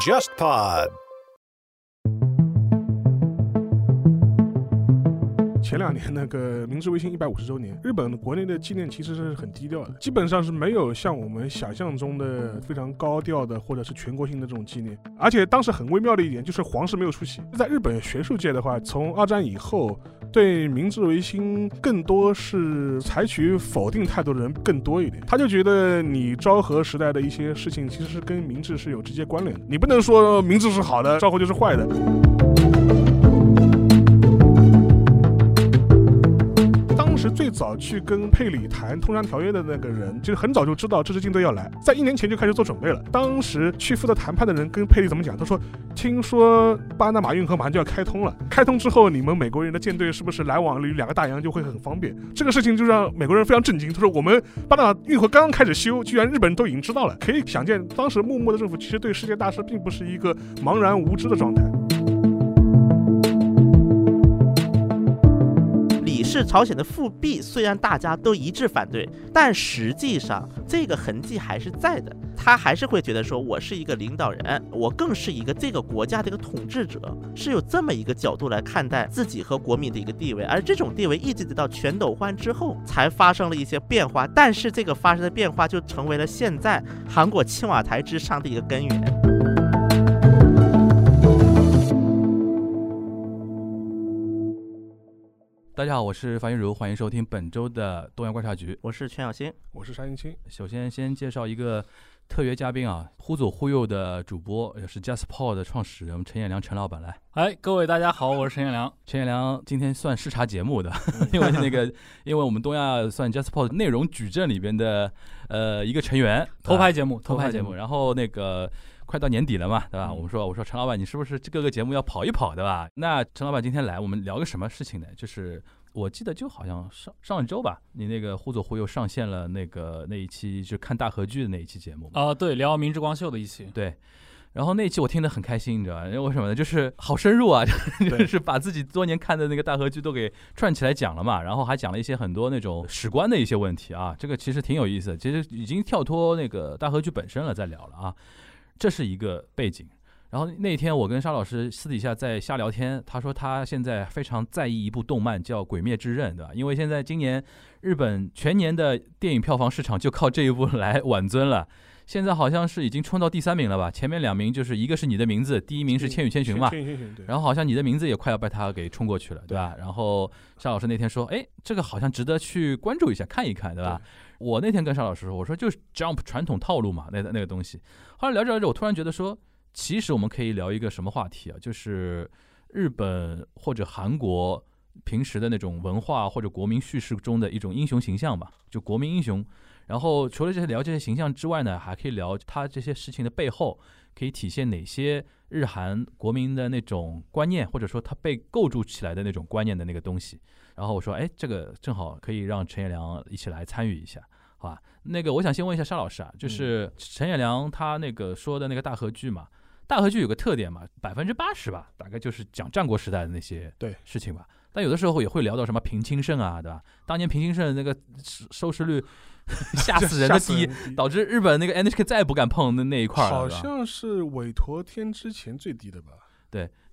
JustPod。前两年那个明治维新一百五十周年，日本国内的纪念其实是很低调的，基本上是没有像我们想象中的非常高调的或者是全国性的这种纪念。而且当时很微妙的一点就是皇室没有出席。在日本学术界的话，从二战以后，对明治维新更多是采取否定态度的人更多一点。他就觉得你昭和时代的一些事情其实是跟明治是有直接关联的，你不能说明治是好的，昭和就是坏的。当时最早去跟佩里谈通商条约的那个人，就是很早就知道这支军队要来，在一年前就开始做准备了。当时去负责谈判的人跟佩里怎么讲？他说：“听说巴拿马运河马上就要开通了，开通之后，你们美国人的舰队是不是来往于两个大洋就会很方便？”这个事情就让美国人非常震惊。他说：“我们巴拿马运河刚刚开始修，居然日本人都已经知道了。”可以想见，当时默默的政府其实对世界大事并不是一个茫然无知的状态。李氏朝鲜的复辟，虽然大家都一致反对，但实际上这个痕迹还是在的。他还是会觉得说，我是一个领导人，我更是一个这个国家的一个统治者，是有这么一个角度来看待自己和国民的一个地位。而这种地位一直得到全斗焕之后才发生了一些变化，但是这个发生的变化就成为了现在韩国青瓦台之上的一个根源。大家好，我是樊玉茹，欢迎收听本周的东亚观察局。我是全小新，我是沙欣清，首先先介绍一个特约嘉宾啊，忽左忽右的主播，也是 JustPod 的创始人陈彦良陈老板来。嗨，哎各位大家好，我是陈彦良。陈彦良今天算视察节目的， 因为那个，因为我们东亚算 JustPod 内容矩阵里边的呃一个成员，偷啊拍节目，偷拍拍节目，目，然后那个。快到年底了嘛，对吧？嗯我们说，我说陈老板，你是不是各个节目要跑一跑，对吧？那陈老板今天来，我们聊个什么事情呢？就是我记得就好像上上周吧，你那个忽左忽右上线了那个那一期就看大合剧的那一期节目嘛。啊、对，聊《明之光秀》的一期，对。然后那一期我听得很开心，你知道吧？因为为什么呢？就是好深入啊， 就是把自己多年看的那个大合剧都给串起来讲了嘛。然后还讲了一些很多那种史观的一些问题啊，这个其实挺有意思的。其实已经跳脱那个大合剧本身了，在聊了啊，这是一个背景。然后那天我跟沙老师私底下在瞎聊天，他说他现在非常在意一部动漫叫《鬼灭之刃》，对吧？因为现在今年日本全年的电影票房市场就靠这一部来挽尊了。现在好像是已经冲到第三名了吧？前面两名就是一个是你的名字，第一名是《千与千寻》嘛，千与千寻，对。然后好像你的名字也快要被他给冲过去了，对吧？然后沙老师那天说，哎，这个好像值得去关注一下，看一看，对吧？我那天跟沙老师说，我说就是 Jump 传统套路嘛，那那个东西。后来聊着聊着，我突然觉得说，其实我们可以聊一个什么话题啊？就是日本或者韩国平时的那种文化或者国民叙事中的一种英雄形象吧，就国民英雄。然后除了这些聊这些形象之外呢，还可以聊他这些事情的背后可以体现哪些日韩国民的那种观念，或者说他被构筑起来的那种观念的那个东西。然后我说，哎，这个正好可以让陈彦良一起来参与一下，好吧？那个我想先问一下沙老师啊，就是陈彦良他那个说的那个大合剧嘛，大合剧有个特点嘛，百分之八十吧，大概就是讲战国时代的那些对事情吧。但有的时候也会聊到什么平清盛啊，对吧？当年平清盛那个收收视率 吓死人的低，低导致日本那个 NHK 再也不敢碰那那一块儿了。好是吧像是韦陀天之前最低的吧？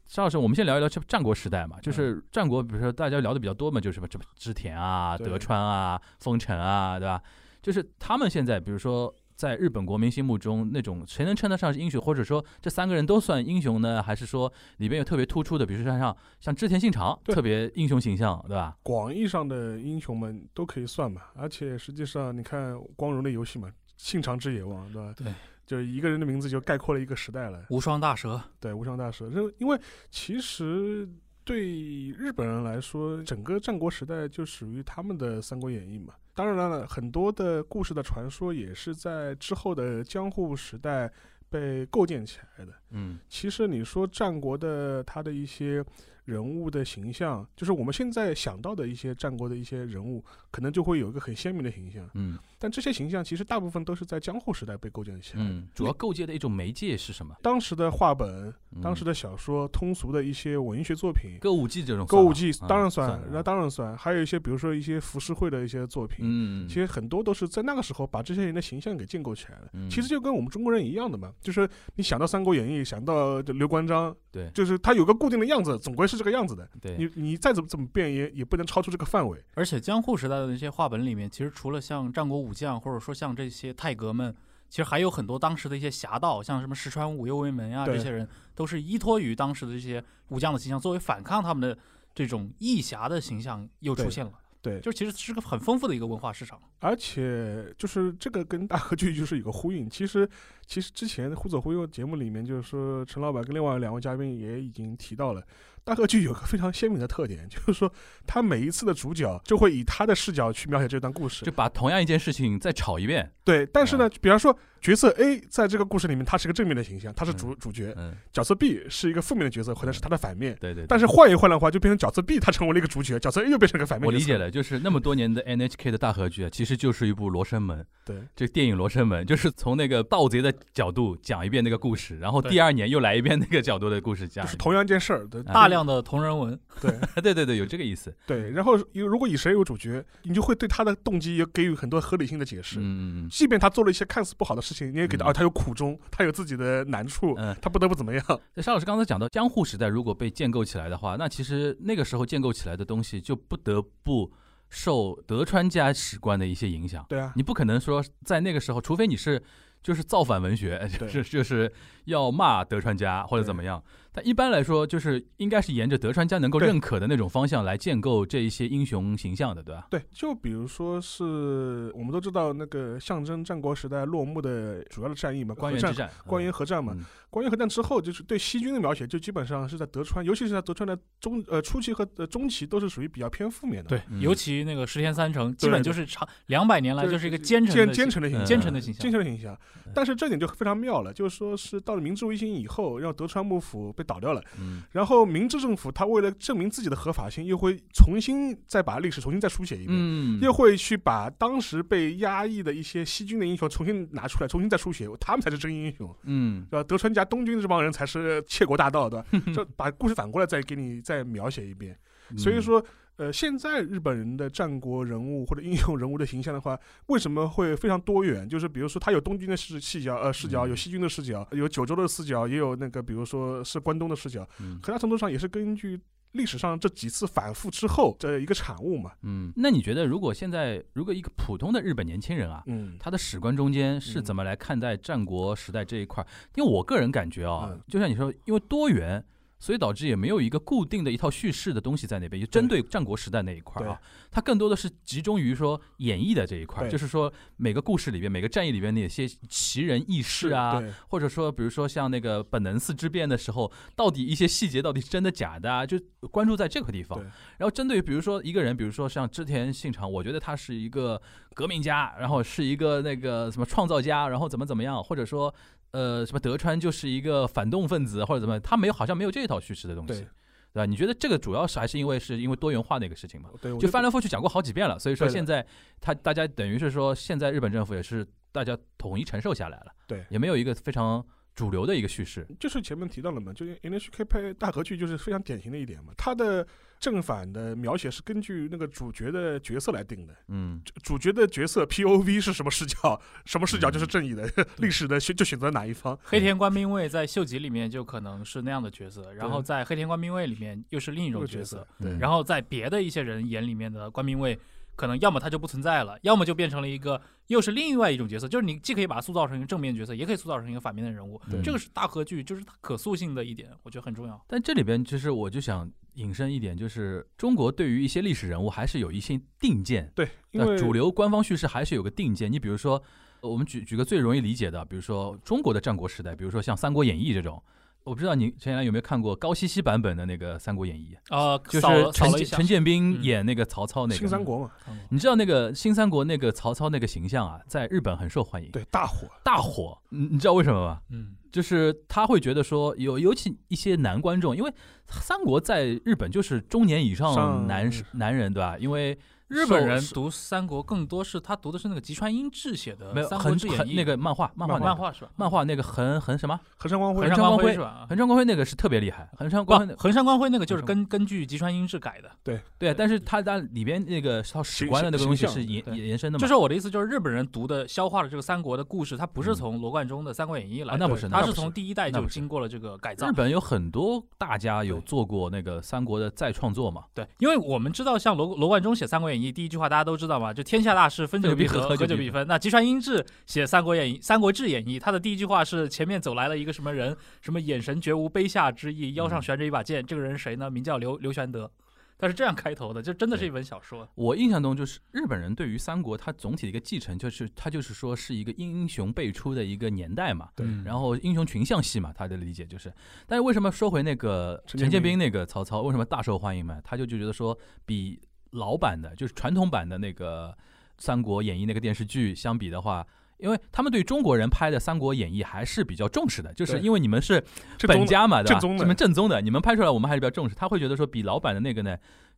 邵老师，我们先聊一聊这战国时代嘛，嗯就是战国，比如说大家聊的比较多嘛，就是什么什么织田啊、对德川啊、丰臣啊，对吧？就是他们现在，比如说在日本国民心目中，那种谁能称得上是英雄，或者说这三个人都算英雄呢？还是说里边有特别突出的，比如说像像像织田信长对特别英雄形象，对吧？广义上的英雄们都可以算嘛，而且实际上你看《光荣的游戏》嘛，信长之野望，对吧？对，就是一个人的名字就概括了一个时代了。无双大蛇，对，无双大师，因为因为其实对日本人来说，整个战国时代就属于他们的《三国演义》嘛。当然了，很多的故事的传说也是在之后的江户时代被构建起来的。嗯，其实你说战国的它的一些人物的形象，就是我们现在想到的一些战国的一些人物，可能就会有一个很鲜明的形象。嗯但这些形象其实大部分都是在江户时代被构建起来的。嗯，主要构建的一种媒介是什么？当时的画本、嗯当时的小说、通俗的一些文学作品、歌舞伎这种歌算舞吗伎嗯当然算，了那、当然算，还有一些比如说一些浮世绘的一些作品，嗯，其实很多都是在那个时候把这些人的形象给建构起来的。嗯其实就跟我们中国人一样的嘛，就是你想到《三国演义》，想到这刘关张，对就是他有个固定的样子，总归是这个样子的。对，你你再怎么怎么变也也不能超出这个范围。而且江户时代的那些画本里面，其实除了像战国武将，或者说像这些太阁们，其实还有很多当时的一些侠盗，像什么石川五右卫门啊，对这些人都是依托于当时的这些武将的形象，作为反抗他们的这种义侠的形象又出现了。对对就其实是个很丰富的一个文化市场。而且就是这个跟大 河剧就是有个呼应。其实其实之前《忽左忽右》节目里面，就是说陈老板跟另外两位嘉宾也已经提到了，大河剧有个非常鲜明的特点， 就是说他每一次的主角就会以他的视角去描写这段故事就。把啊同样一件事情再炒一遍，对，但是呢，比方说角色 A 在这个故事里面，他是个正面的形象，他是主、主角；嗯，角色 B 是一个负面的角色，或者是他的反面。对对。对但是换一换的话，就变成角色 B 他成为了一个主角，角色 A 又变成了一个反面。我理解。了，就是那么多年的 NHK 的大合剧啊，其实就是一部《罗生门》，对，这电影《罗生门》就是从那个盗贼的角度讲一遍那个故事，然后第二年又来一遍那个角度的故事讲就一是遍，同样一件事儿，对啊大量的同人文，对 对对对，有这个意思，对。然后有如果以谁为主角，你就会对他的动机也给予很多合理性的解释。嗯嗯即便他做了一些看似不好的事情，你也给他、嗯啊，他有苦衷，他有自己的难处，嗯他不得不怎么样。那沙老师刚才讲到江户时代，如果被建构起来的话，那其实那个时候建构起来的东西就不得不受德川家史观的一些影响。对啊，你不可能说在那个时候，除非你是就是造反文学，就对是就是要骂德川家或者怎么样。但一般来说，就是应该是沿着德川家能够对认可的那种方向来建构这一些英雄形象的，对吧？对，就比如说是我们都知道那个象征战国时代落幕的主要的战役嘛，关原原之战，嗯关原原合战嘛，关于核战之后，就是对西军的描写，就基本上是在德川，尤其是在德川的中呃初期和呃中期，都是属于比较偏负面的。对，嗯尤其那个石田三成，对基本就是长两百年来对就是一个奸臣奸的奸形臣的形嗯象，奸臣的形象奸。臣的形象。但是这点就非常妙了，就是说是到了明治维新以后，让德川幕府被倒掉了，嗯，然后明治政府他为了证明自己的合法性，又会重新再把历史重新再书写一遍。嗯，又会去把当时被压抑的一些西军的英雄重新拿出来，重新再书写，他们才是真英雄。嗯，对吧？德川家东军这帮人才是窃国大盗，对吧？就把故事反过来再给你再描写一遍。嗯所以，说，呃，现在日本人的战国人物或者英雄人物的形象的话，为什么会非常多元？就是比如说，他有东军的视视角，呃，视角嗯有西军的视角，有九州的视角，也有那个比如说是关东的视角，嗯很大程度上也是根据。历史上这几次反复之后的一个产物嘛，嗯，那你觉得如果现在如果一个普通的日本年轻人啊，嗯，他的史观中间是怎么来看待战国时代这一块儿？因为我个人感觉啊、嗯就像你说，因为多元，所以导致也没有一个固定的一套叙事的东西在那边，就针对战国时代那一块儿啊，它更多的是集中于说演绎的这一块儿，对就是说每个故事里边、每个战役里边那些奇人异事啊，对或者说比如说像那个本能寺之变的时候，到底一些细节到底是真的假的啊，就关注在这个地方对。然后针对比如说一个人，比如说像织田信长，我觉得他是一个革命家，然后是一个那个什么创造家，然后怎么怎么样，或者说呃什么德川就是一个反动分子或者怎么样，他没有好像没有这一套叙事的东西，对对吧？你觉得这个主要是还是因为是因为多元化的一个事情嘛？对，我觉就得翻来覆去讲过好几遍了，所以说对的现在他大家等于是说，现在日本政府也是大家统一承受下来了，对也没有一个非常主流的一个叙事，就是前面提到了嘛，就是 NHK 拍大合剧就是非常典型的一点嘛，它的正反的描写是根据那个主角的角色来定的，嗯，主主角的角色 POV 是什么视角，什么视角嗯就是正义的，历史的选就选择哪一方。黑田官兵卫在秀吉里面就可能是那样的角色，然后在黑田官兵卫里面又是另一种角色，嗯对然后在别的一些人眼里面的官兵卫，可能要么他就不存在了，要么就变成了一个又是另外一种角色，就是你既可以把它塑造成一个正面角色，也可以塑造成一个反面的人物，对这个是大合剧，就是它可塑性的一点，我觉得很重要。但这里边其实我就想引申一点，就是中国对于一些历史人物还是有一些定见，对，因那为主流官方叙事还是有个定见。你比如说，呃我们举举个最容易理解的，比如说中国的战国时代，比如说像《三国演义》这种，我不知道你陈来有没有看过高希希版本的那个《三国演义》，啊，就是扫了扫陈了一建下陈，建斌嗯演那个曹操那新个嗯三。国嘛，看过你知道那个新三国那个曹操那个形象啊，在日本很受欢迎，对，大火，大火。你你知道为什么吗？嗯就是他会觉得说有，尤其一些男观众，因为三国在日本就是中年以上上嗯男男人，对吧？因为日本人受读三国更多是他读的是那个吉川英治写的没《有三国很志演很义》那个漫画，漫画那漫个画是吧？漫画那个横横什么和山光横辉山山光光辉是吧？横山光辉那个是特别厉害，横山光辉嗯那不，横山光辉那个就是横根根据吉川英治改的。对，但是他在里边那个靠史形官的那个形东西象是延对延伸的嘛？就是我的意思，就是日本人读的消化了这个三国的故事，他不是从罗贯中的《三国演义》嗯啊，来那的，不对是，那他不是是从第一代那就不是经过了这个改造日。本有很多大家有对做过那个三国的再创作嘛，对，因为我们知道，像罗罗贯中写《三国演义》，第一句话大家都知道嘛，就天下大事，分分久久必必合合，合合久久必必分。那吉川英治写《三国演义》《三国志演义》，他的第一句话是前面走来了一个什么人，什么眼神绝无卑下之意，腰嗯上悬着一把剑，这个人是谁呢？名叫刘刘玄德。他是这样开头的，这真的是对一本小说。我印象中就是日本人对于三国，它总体的一个继承，就是它就是说是一个英雄辈出的一个年代嘛。对嗯然后英雄群像戏嘛，他的理解就是，但是为什么说回那个陈陈建建斌斌那个曹操为什么大受欢迎嘛？他就就觉得说，比老版的，就是传统版的那个《三国演义》那个电视剧相比的话，因为他们对中国人拍的《三国演义》还是比较重视的，就是对因为你们是这本种家嘛，对吧？正宗的你们正宗的，你们拍出来我们还是比较重视。他会觉得说，比老版的那个呢，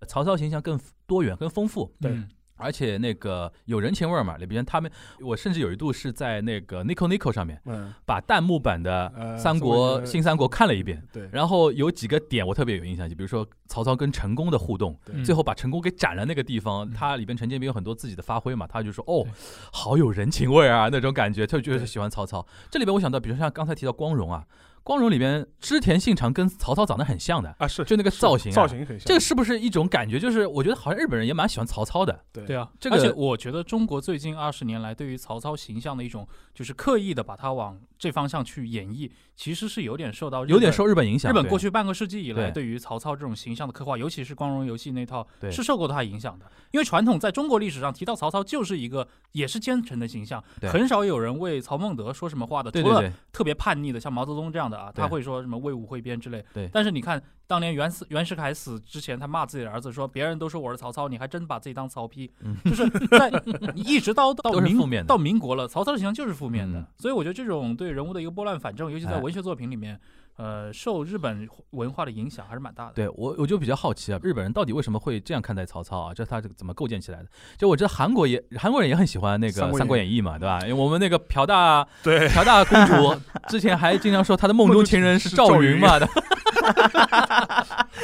曹操形象更多元、更丰富。对嗯而且那个有人情味儿嘛，里边他们，我甚至有一度是在那个 Nico Nico 上面嗯，把弹幕版的呃嗯三三国国新三国看了一遍，对，然后有几个点我特别有印象，就比如说曹操跟陈宫的互动，嗯最后把陈宫给斩了那个地方，嗯他里边陈建斌有很多自己的发挥嘛，他就说哦对，好有人情味啊那种感觉，特别就是对喜欢曹操。这里边我想到，比如像刚才提到光荣啊，光荣里边织田信长跟曹操长得很像的，啊是就那个是造型啊造型很像，这个是不是一种感觉？就是我觉得好像日本人也蛮喜欢曹操的，对啊，这个而且我觉得中国最近二十年来对于曹操形象的一种，就是刻意的把它往这方向去演绎，其实是有点受到日有点本受日本影响。日本对过去半个世纪以来对对于曹操这种形象的刻画，尤其是光荣游戏那套对，是受过它影响的。因为传统在中国历史上提到曹操就是一个也是奸臣的形象，对很少有人为曹孟德说什么话的，对除对了对，特别叛逆的像毛泽东这样的啊，对他会说什么为武会编之类。对但是你看当年袁世袁世凯死之前，他骂自己的儿子说：“别人都说我是曹操，你还真把自己当曹丕。嗯就是在一直到到 都是民负面的到民国了，曹操的形象就是负面的。嗯所以我觉得这种对人物的一个拨乱反正，尤其在哎文学作品里面，呃，受日本文化的影响还是蛮大的。对我我就比较好奇啊，日本人到底为什么会这样看待曹操啊？这他这个怎么构建起来的？就我知道韩国也韩国人也很喜欢那个三《国三国演义》嘛，对吧？因为我们那个朴大 对朴大公主之前还经常说她的梦中情人是赵云嘛的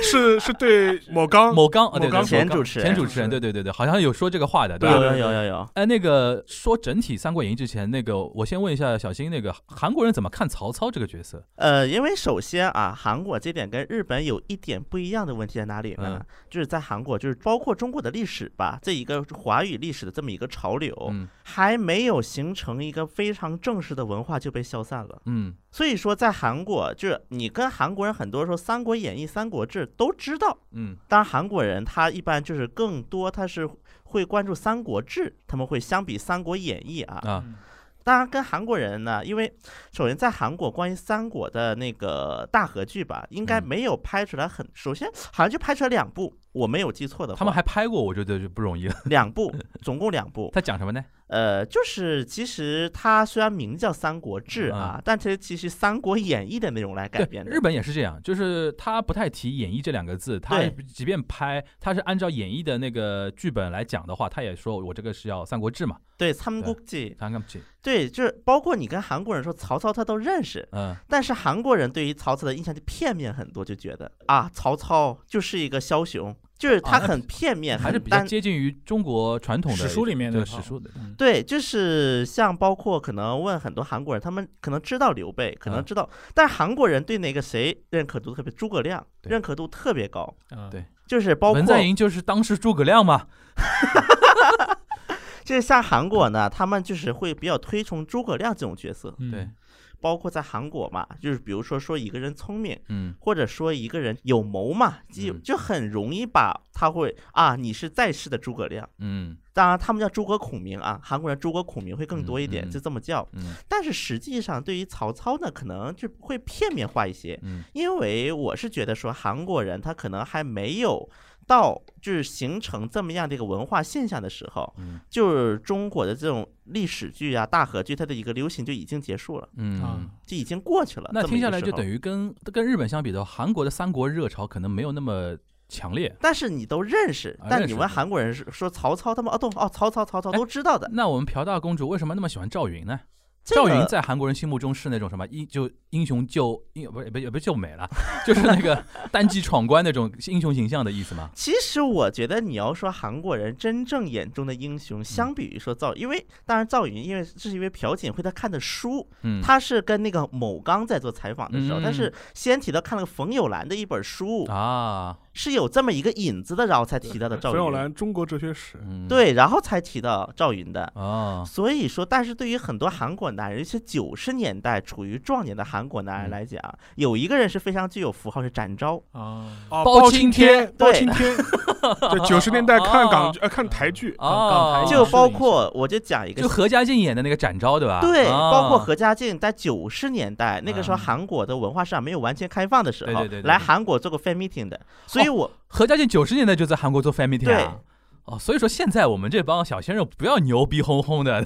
是是 对某刚某刚啊，某对对刚对前某刚主持人啊前主持人，对对对对，好像有说这个话的，对对吧？对有有有有，哎，那个说整体《三国演义》之前，那个我先问一下小新，那个韩国人怎么看曹操这个角色？呃，因为首先啊，韩国这点跟日本有一点不一样的问题在哪里呢？嗯就是在韩国，就是包括中国的历史吧，这一个华语历史的这么一个潮流，嗯还没有形成一个非常正式的文化就被消散了。嗯，所以说，在韩国，就是你跟韩国人很多时候，《三国演义》《三国志》都知道。嗯，当然，韩国人他一般就是更多，他是会关注《三国志》，他们会相比《三国演义》啊。啊，嗯当然，跟韩国人呢，因为首先在韩国关于三国的那个大合剧吧，应该嗯没有拍出来很，首先好像就拍出来两部，我没有记错的话，他们还拍过，我觉得就不容易了。 两部，总共两部。他讲什么呢？呃，就是其实它虽然名叫《三国志》啊，但这其实《三国演义》的内容来改对，编的。日本也是这样，就是他不太提“演绎”这两个字，他对即便拍，他是按照演绎的那个剧本来讲的话，他也说我这个是要《三国志》嘛，对《三国志》，看看不起，对，就是包括你跟韩国人说曹操，他都认识，嗯，但是韩国人对于曹操的印象就片面很多，就觉得啊，曹操就是一个枭雄，就是啊他那很片面，还是很比较单接近于中国传统的史书里面对的史书的，嗯对，就是像包括可能问很多韩国人，他们可能知道刘备，可能嗯知道，但是韩国人对那个谁认可度特别，诸葛亮对认可度特别高，嗯对就是包括文在寅就是当时诸葛亮嘛，就是像韩国呢，他们就是会比较推崇诸葛亮这种角色，嗯对包括在韩国嘛，就是比如说说一个人聪明，嗯或者说一个人有谋嘛，就嗯就很容易把他会啊，你是在世的诸葛亮。嗯当然，他们叫诸葛孔明啊，韩国人诸葛孔明会更多一点，嗯嗯就这么叫。嗯但是实际上，对于曹操呢，可能就会片面化一些，嗯因为我是觉得说韩国人他可能还没有到就是形成这么样的一个文化现象的时候，嗯就是中国的这种历史剧啊、大河剧，它的一个流行就已经结束了，嗯啊。，就已经过去了。那这么听一下个来时就候等于跟跟日本相比的话，韩国的三国热潮可能没有那么强烈。但是你都认识啊，但认你识问对韩国人是说曹操他们哦，都哦曹操曹操哎都知道的。那我们朴大公主为什么那么喜欢赵云呢？这赵个云在韩国人心目中是那种什么英就英雄救英不是不是不是救美了， 就是那个单骑闯关那种英雄形象的意思吗？其实我觉得你要说韩国人真正眼中的英嗯雄，相比于说赵，因为当然赵云，因为这是因为朴槿惠他看的书，嗯，他是跟那个某刚在做采访的时候，嗯他是先提到看了个冯友兰的一本书，啊，是有这么一个引子的，然后才提到的赵冯友云，兰《中国哲学史》嗯，对，然后才提到赵云的。啊，所以说，但是对于很多韩国男人，尤其九十年代处于壮年的韩国男嗯人来讲，有一个人是非常具有符号，是展昭。哦啊，啊包包青青天天，包对青天，对，九十年代看港剧，呃，看台剧，哦，港台就是包影括我就讲一个就何家劲演的那个展昭，对吧？对，啊包括何家劲在九十年代那个时候，嗯韩国的文化市场没有完全开放的时候，对对对对哦来对韩国做过 fan meeting 的，所以我、何家劲九十年代就在韩国做 family 对啊。哦，所以说现在我们这帮小鲜肉不要牛逼哄 哄的，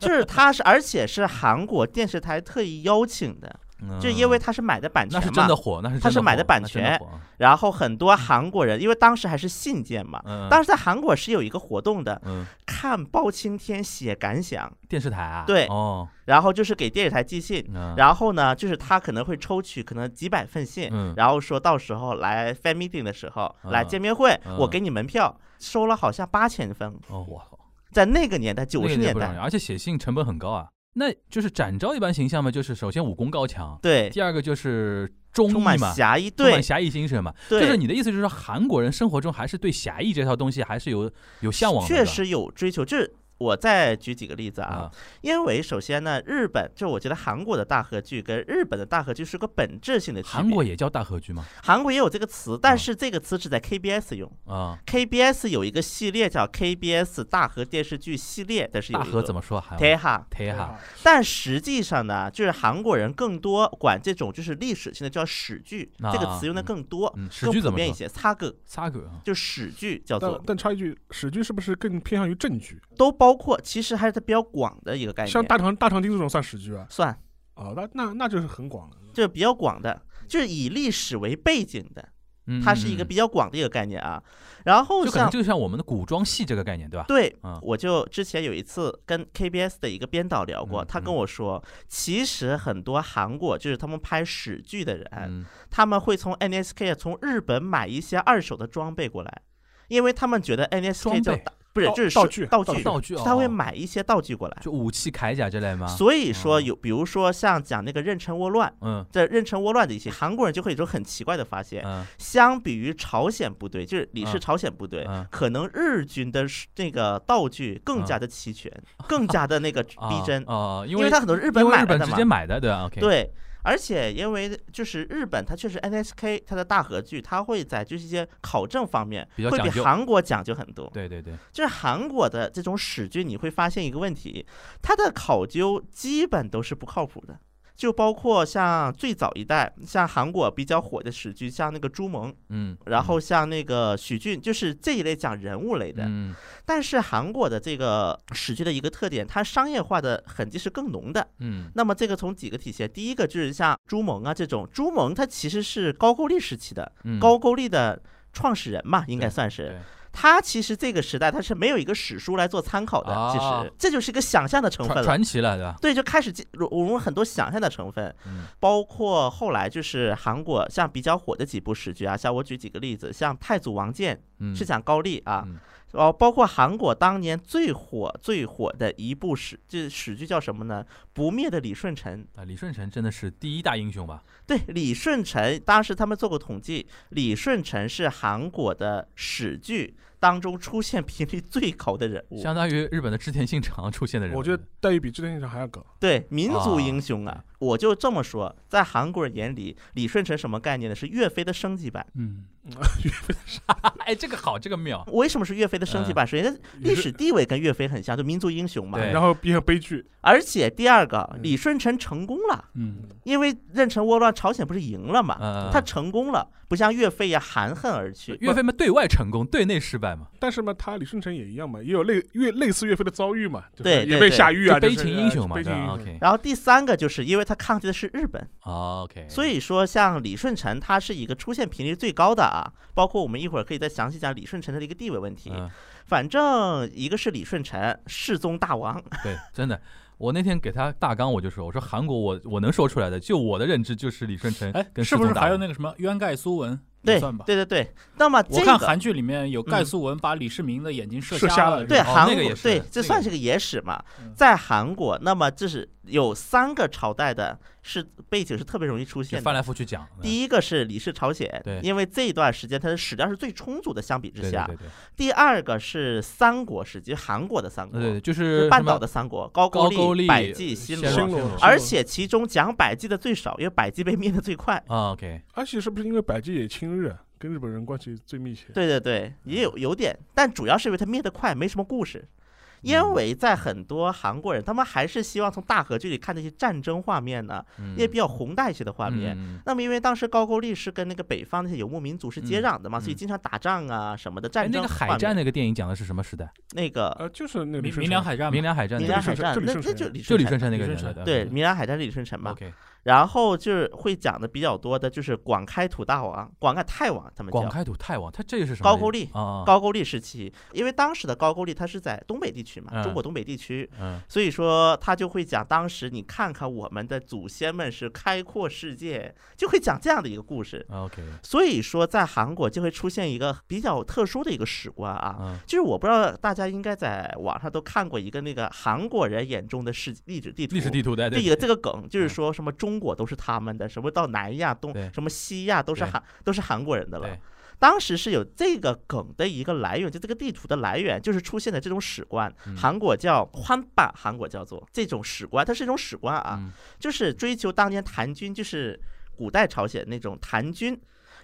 就是他是，而且是韩国电视台特意邀请的，就因为嗯他是买的版权嘛，那是真的火，那是他真是买火的版，那权真火然后很多韩国人，因为当时还是信件嘛，嗯，当时在韩国是有一个活动的，嗯，看包青天写感想，电视台啊，对哦，然后就是给电视台寄信，嗯然后呢，就是他可能会抽取可能几百份信，嗯然后说到时候来 fan meeting 的时候、啊来见面会，啊我给你门票，收了好像八千封，哦，我靠，在那个年代九那十个年不容易代，而且写信成本很高啊。那就是展昭一般形象嘛，就是首先武功高强，对，第二个就是忠义充满嘛，侠义，充满对侠义精神嘛。对，就是你的意思就是说，韩国人生活中还是对侠义这套东西还是有有向往的，确是吧实有追求，就是。我再举几个例子啊，啊，因为首先呢，日本就我觉得韩国的大合剧跟日本的大合剧是个本质性的区别。韩国也嗯叫大和剧嘛，韩国也有这个词，但是这个词只在 KBS 用。啊， KBS 有一个系列叫 KBS 大河电视剧系列，但是有大一和个怎么说韩文？ t 哈，台啊哈，但实际上呢，就是韩国人更多管这种就是历史性的叫史剧，啊这个词用的更多，嗯，史更剧怎普么遍一说？些。擦个撒狗啊，就史剧叫但做，但插一句，史剧是不是更偏向于正剧？都包括，其实还是比较广的一个概像念，大长大长今这种算史剧啊？算哦，那那那就是很广了。就是比较广的，就是以历史为背景的，嗯它是一个嗯比较广的一个概念啊。然后就可能像就像我们的古装戏这个概念，对吧？对嗯，我就之前有一次跟 KBS 的一个编导聊过，嗯他跟嗯我说，其实很多韩国就是他们拍史剧的人，嗯，他们会从 NSK 从日本买一些二手的装备过来，因为他们觉得 NSK 叫装备大不是道就是道具道道具道具哦他会买一些道具过来。就武器铠甲之类吗？所以说哦有比如说像讲那个妊娠倭乱，嗯在妊娠倭乱的一些韩国人就会有一种很奇怪的发现，嗯相比于朝鲜部队，就是李氏嗯朝鲜部队。嗯，可能日军的是那个道具更加的齐全，更加的那 个逼真，啊，嗯啊因因为他很多日本因为买日来本的直嘛接。买的，对吧？OK，，对，而且因为就是日本，它确实 NSK 它的大合剧，它会在就是一些考证方面比较会比讲究韩国讲究很多。对对对，就是韩国的这种史剧，你会发现一个问题，它的考究基本都是不靠谱的。就包括像最早一代，像韩国比较火的史剧，像那个朱蒙，嗯，然后像那个许俊，就是这一类讲人物类的。嗯但是韩国的这个史剧的一个特点，它商业化的痕迹是更浓的。嗯那么这个从几个体现，第一个就是像朱蒙啊这种，朱蒙他其实是高句丽时期的嗯，高句丽的创始人嘛，应该对算对是。他其实这个时代他是没有一个史书来做参考的，其啊实这就是一个想象的成传分了。传奇了，对吧？对，就开始进融入很多想象的成分，嗯包括后来就是韩国像比较火的几部史剧啊，像我举几个例子，像《太祖王建嗯，》是讲高丽啊嗯，然后包括韩国当年最火最火的一部史，这史剧叫什么呢？《不灭的李舜臣》。啊，李舜臣真的是第一大英雄吧？对，李舜臣当时他们做过统计，李舜臣是韩国的史剧当中出现频率最高的人物。相当于日本的织田信长出现的人物，我觉得待遇比之前现场还要高。对，民族英啊雄啊，我就这么说，在韩国人眼里，李舜臣什么概念呢？是岳飞的升级版。嗯， 哎，这个好，这个妙，为什么是岳飞的升级版？首先，历史地位跟岳飞很像，就民族英雄嘛。嗯对然后也很悲剧，而且第二个，嗯李舜臣成功了，嗯因为壬辰倭乱，朝鲜不是赢了嘛？呃，他成功了，不像岳飞呀含恨而去。岳飞嘛对外成功，对内失败嘛，但是嘛，他李舜臣也一样嘛，也有类越类似岳飞的遭遇嘛，就是对对也被对下狱啊，就悲就是情啊英雄嘛，悲对情英吧哦雄。 ？OK 啊然后第三个就是因为他抗击的是日本， OK，所以以说像李舜臣他是一个出现频率最高的啊，包括我们一会儿可以再详细讲李舜臣的一个地位问题。嗯，反正一个是李舜臣，世宗大王，对，真的。我那天给他大纲，我就说，我说韩国我我能说出来的，就我的认知就是李舜臣哎，跟是不是世宗大还有王那个什么渊盖苏文？也对算吧。对对对。那么这我看个韩剧里面有盖嗯苏文把李世民的眼睛射射瞎瞎了对哦韩那个国也是对那这个算也是个野史嘛嗯，在韩国，那么这是有三个朝代的是背景是特别容易出就现翻的。来覆去讲，一第一个是李氏朝鲜对，因为这一段时间它的史料是最充足的，相比之对下对。对第二个是三国时期，韩国的三国呃对，对，就是是哦半什么岛的三国，高高句丽、丽、百济、新罗罗暹。罗而且其中讲百济的最少，因为百济被灭的最快。啊，OK，而且是不是因为百济也亲日，啊，跟日本人关系最密切？对对对，也有有点，但主要是因为它灭得快，没什么故事。因嗯为在很多韩国人，他们还是希望从大合剧里看那些战争画面呢，嗯一些比较宏大一些的画面。嗯嗯那么，因为当时高句丽是跟那个北方那些游牧民族是接嗯壤的嘛，所以嗯经常打仗啊什么的哎战那争个画面。海战那个电影讲的是什么时代？那个呃，就是那个李明舜臣明嗯良海战嘛明良海战米那良兰个，顺海战，这里那顺那水就李就舜李臣舜臣那个李人舜来臣的，对，嗯米兰海战是李舜臣嘛。 ，OK，然后就是会讲的比较多的就是广开土大王、广开太王他们广叫。开土太王，他这个是什么？高句丽啊，高句丽时期，因为当时的高句丽它是在东北地区嘛，中嗯国东北地区，嗯，所以说他就会讲当时你看看我们的祖先们是开阔世界，就会讲这样的一个故事。啊 OK，所以说在韩国就会出现一个比较特殊的一个史观啊，嗯，就是我不知道大家应该在网上都看过一个那个韩国人眼中的世历史地图，历史地啊图对这对个这个梗就是嗯说什么中国都是他们的，什么到南亚东对什么西亚都是对韩都是韩国人的了对。当时是有这个梗的一个来源，就这个地图的来源就是出现的这种史观，嗯韩国叫欢霸，韩国叫做这种史观，它是一种史观啊，嗯就是追求当年谭军，就是古代朝鲜那种谭军，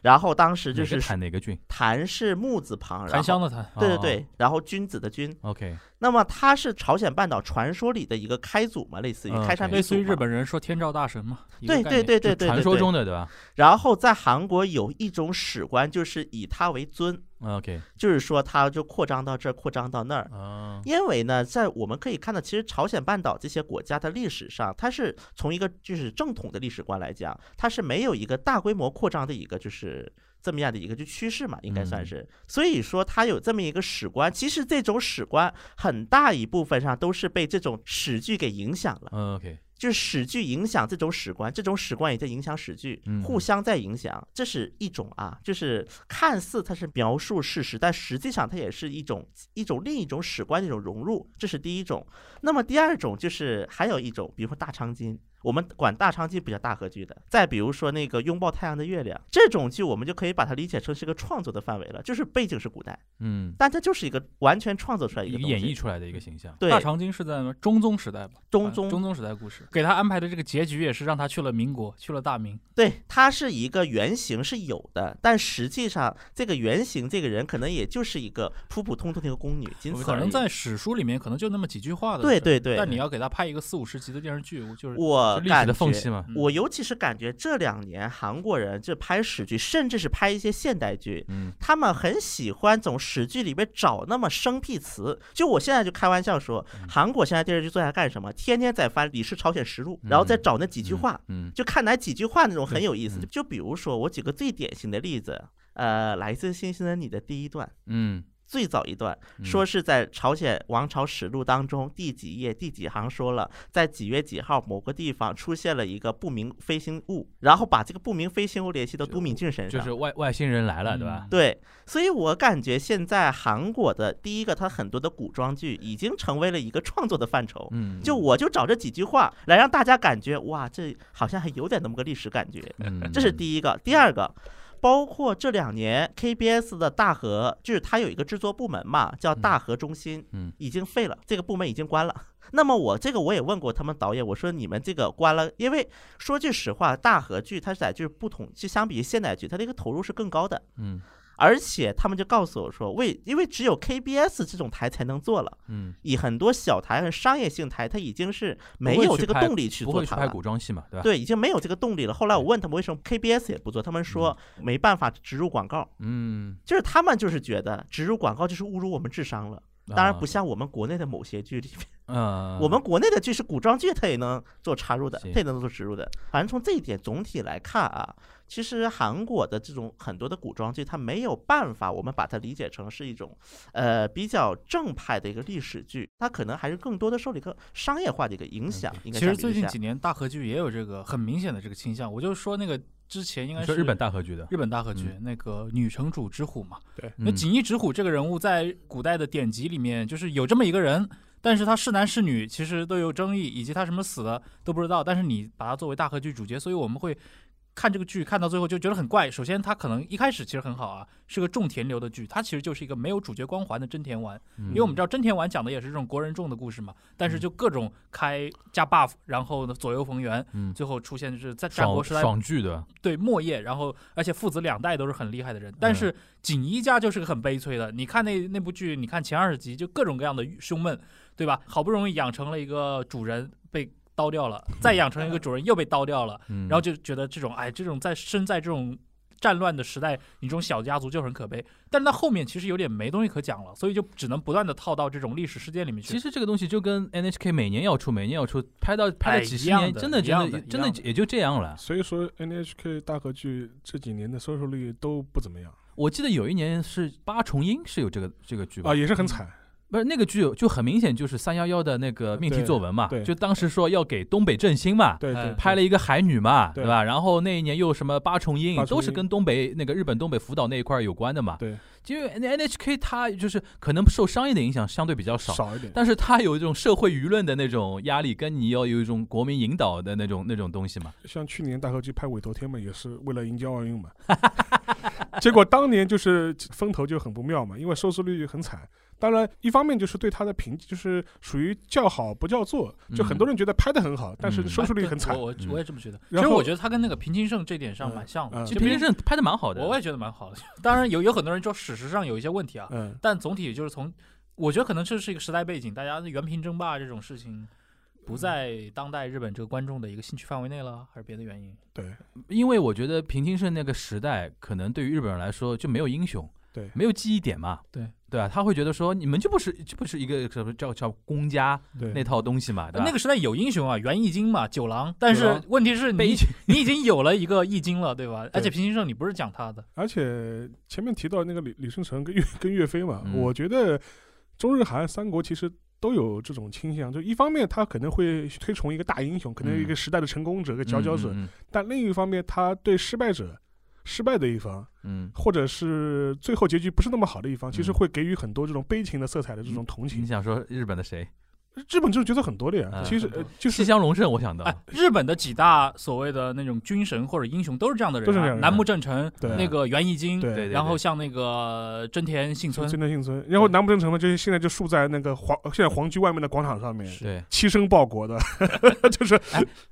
然后当时哪就个是谈哪个郡谭是木字旁，然檀香后的檀，对对哦对，然后君子的君， ，OK，那么它是朝鲜半岛传说里的一个开祖嘛，类似于嗯开山对鼻类似于祖嘛日本人说天照大神嘛，一个对概对念，对就对对，传对说对中的对吧然后在韩国有一种史观，就是以他为尊， ？OK，就是说他就扩张到这儿，扩张到那儿。啊，因为呢，在我们可以看到，其实朝鲜半岛这些国家的历史上，它是从一个就是正统的历史观来讲，它是没有一个大规模扩张的一个就是这么样的一个就趋势嘛，应该算嗯是。所以说，它有这么一个史观。其实这种史观很大一部分上都是被这种史剧给影响了。嗯 OK，就是史剧影响这种史观，这种史观也在影响史剧，嗯互相在影响。这是一种啊，就是看似它是描述事实，但实际上它也是一种一种另一种史观的一种融入。这是第一种。那么第二种就是还有一种，比如说大长今。我们管大长今比较大合剧的，再比如说那个《拥抱太阳的月亮》这种剧，我们就可以把它理解成是个创作的范围了，就是背景是古代，嗯，但它就是一个完全创作出来一一个个东西演绎出呃来的一个形象，对大长今是在中宗时代吧？中啊宗中宗时代故事，给他安排的这个结局也是让他去了民国，去了大明。对，它是一个原型是有的，但实际上这个原型这个人可能也就是一个普普通通的一个宫女，仅此可而能已。在史书里面可能就那么几句话的事对儿，对对，但你要给他拍一个四五十集的电视剧，我就是我就历史感的缝觉，隙嘛，嗯我尤其是感觉这两年韩国人就拍史剧，甚至是拍一些现代剧，嗯，他们很喜欢从史剧里面找那么生僻词。就我现在就开玩笑说，嗯韩国现在电视剧作家干什么？天天在翻《李氏朝鲜实录》，然后再嗯找那几句嗯话，嗯就看哪几句话那种很有意思。嗯就比如说，我举个最典型的例子，呃，《来自星星的你》的第一段，嗯，最早一段嗯说是在《朝鲜王朝实录》当中第几页第几行说了，在几月几号某个地方出现了一个不明飞行物，然后把这个不明飞行物联系到就都敏俊身就上是。外外星人来了对吧？对，所以我感觉现在韩国的第一个，它很多的古装剧已经成为了一个创作的范畴。嗯，就我就找这几句话来让大家感觉，哇，这好像还有点那么个历史感觉。嗯，这是第一个。第二个，包括这两年 KBS 的大河，就是它有一个制作部门嘛，叫嗯大河中心，嗯，已经废了，这个部门已经关了。 那么我这个我也问过他们导演，我说你们这个关了，因为说句实话，大河剧它在就是不同，就相比于现代剧，它的一个投入是更高的，嗯而且他们就告诉我说，为因为只有 KBS 这种台才能做了，嗯，以很多小台和商业性台，它已经是没不会有去这个拍动力去不做会去它拍了。古装戏嘛，对吧？，对，已经没有这个动力了。后来我问他们为什么 KBS 也不做，他们说嗯没办法植入广告，嗯，就是他们就是觉得植入广告就是侮辱我们智商了。啊当然不像我们国内的某些剧里面，啊啊，嗯，我们国内的剧是古装剧，它也能做插入的，它行也能做植入的。反正从这一点总体来看啊，其实韩国的这种很多的古装剧，它没有办法，我们把它理解成是一种呃比较正派的一个历史剧，它可能还是更多的受了一个商业化的一个影响。应该嗯其实相比最之近下几年大合剧也有这个很明显的这个倾向。我就说那个之前应该你是说日本大合剧的，日本大合嗯剧、那个女城主之虎嘛。那嗯锦衣之虎这个人物在古代的典籍里面，就是有这么一个人，但是他是男是女其实都有争议，以及他什么死的都不知道。但是你把他作为大合剧主角，所以我们会看这个剧看到最后就觉得很怪。首先，他可能一开始其实很好啊，是个种田流的剧，他其实就是一个没有主角光环的真田丸，嗯因为我们知道真田丸讲的也是这种国人众的故事嘛，但是就各种开加 buff，然后呢左右逢源。嗯，最后出现就是在战国爽时代爽剧的，对莫叶，然后而且父子两代都是很厉害的人，嗯但是锦衣家就是个很悲催的。你看那那部剧，你看前二十集就各种各样的胸闷，对吧？好不容易养成了一个主人被刀掉了，再养成一个主人又被刀 掉了，嗯，然后就觉得这种哎，这种在身在这种战乱的时代，你这种小家族就很可悲。但是到后面其实有点没东西可讲了，所以就只能不断的套到这种历史事件里面去。其实这个东西就跟 NHK 每年要出，每年要出，拍到拍哎了几一十样年，的真的一真样的的真一的样的也就这样了。所以说 NHK 大合剧这几年的收视率都不怎么样我记得有一年是八重樱是有这个这个剧吧嗯啊，？也是很惨。不是那个剧就很明显就是三幺幺的那个命题对作文嘛对，就当时说要给东北振兴嘛，对对，哎拍了一个海女嘛，对对吧？然后那一年又什么八重樱八，重都是樱跟东北那个日本东北福岛那一块儿有关的嘛。对，因为 NHK 它就是可能受商业的影响相对比较少，少一点。但是它有一种社会舆论的那种压力，跟你要有一种国民引导的那种那种东西嘛。像去年大合剧拍《韦陀天》嘛，也是为了迎接奥运嘛。 结果当年就是风头就很不妙嘛，因为收视率很惨。当然，一方面就是对他的评，就是属于叫好不叫座，就很多人觉得拍的很好，但是收视率很惨啊我。我嗯我也这么觉得。其然实后我觉得他跟那个平清盛这点上蛮像嗯的，嗯就其实平行平胜拍的蛮好的，我也觉得蛮好的。 当然有有很多人说史实上有一些问题啊，嗯，但总体就是从，我觉得可能这是一个时代背景，大家原平争霸这种事情嗯不在当代日本这个观众的一个兴趣范围内了，还是别的原因？对，因为我觉得平清盛那个时代，可能对于日本人来说就没有英雄，对没有记忆点嘛，对，对啊，他会觉得说你们就不是就不是一个什么叫叫公家对那套东西嘛，对吧？那个时代有英雄啊，源义经嘛，九郎，但九是郎问题是被一你群你已经有了一个易经了，对吧？而且平行胜你不是讲他的，而且前面提到那个李李舜臣跟岳跟岳飞嘛，嗯我觉得中日韩三国其实都有这种倾向，就一方面他可能会推崇一个大英雄，可能一个时代的成功者、个佼佼者，嗯但另一方面他对失败者、失败的一方，嗯，嗯或者是最后结局不是那么好的一方，其实嗯会给予很多这种悲情的色彩的这种同你情。想说日本的谁？日本这种角色很多的呀，嗯其实呃就西是乡隆盛，我想到哎，日本的几大所谓的那种军神或者英雄都是这样的人、啊，都是这样的人楠木正成、对那个源义经，对对对。然后像那个真田幸村，真田幸村，然后南部正成嘛，就是现在就竖在那个皇现在皇居外面的广场上面，对，牺牲报国的， 就是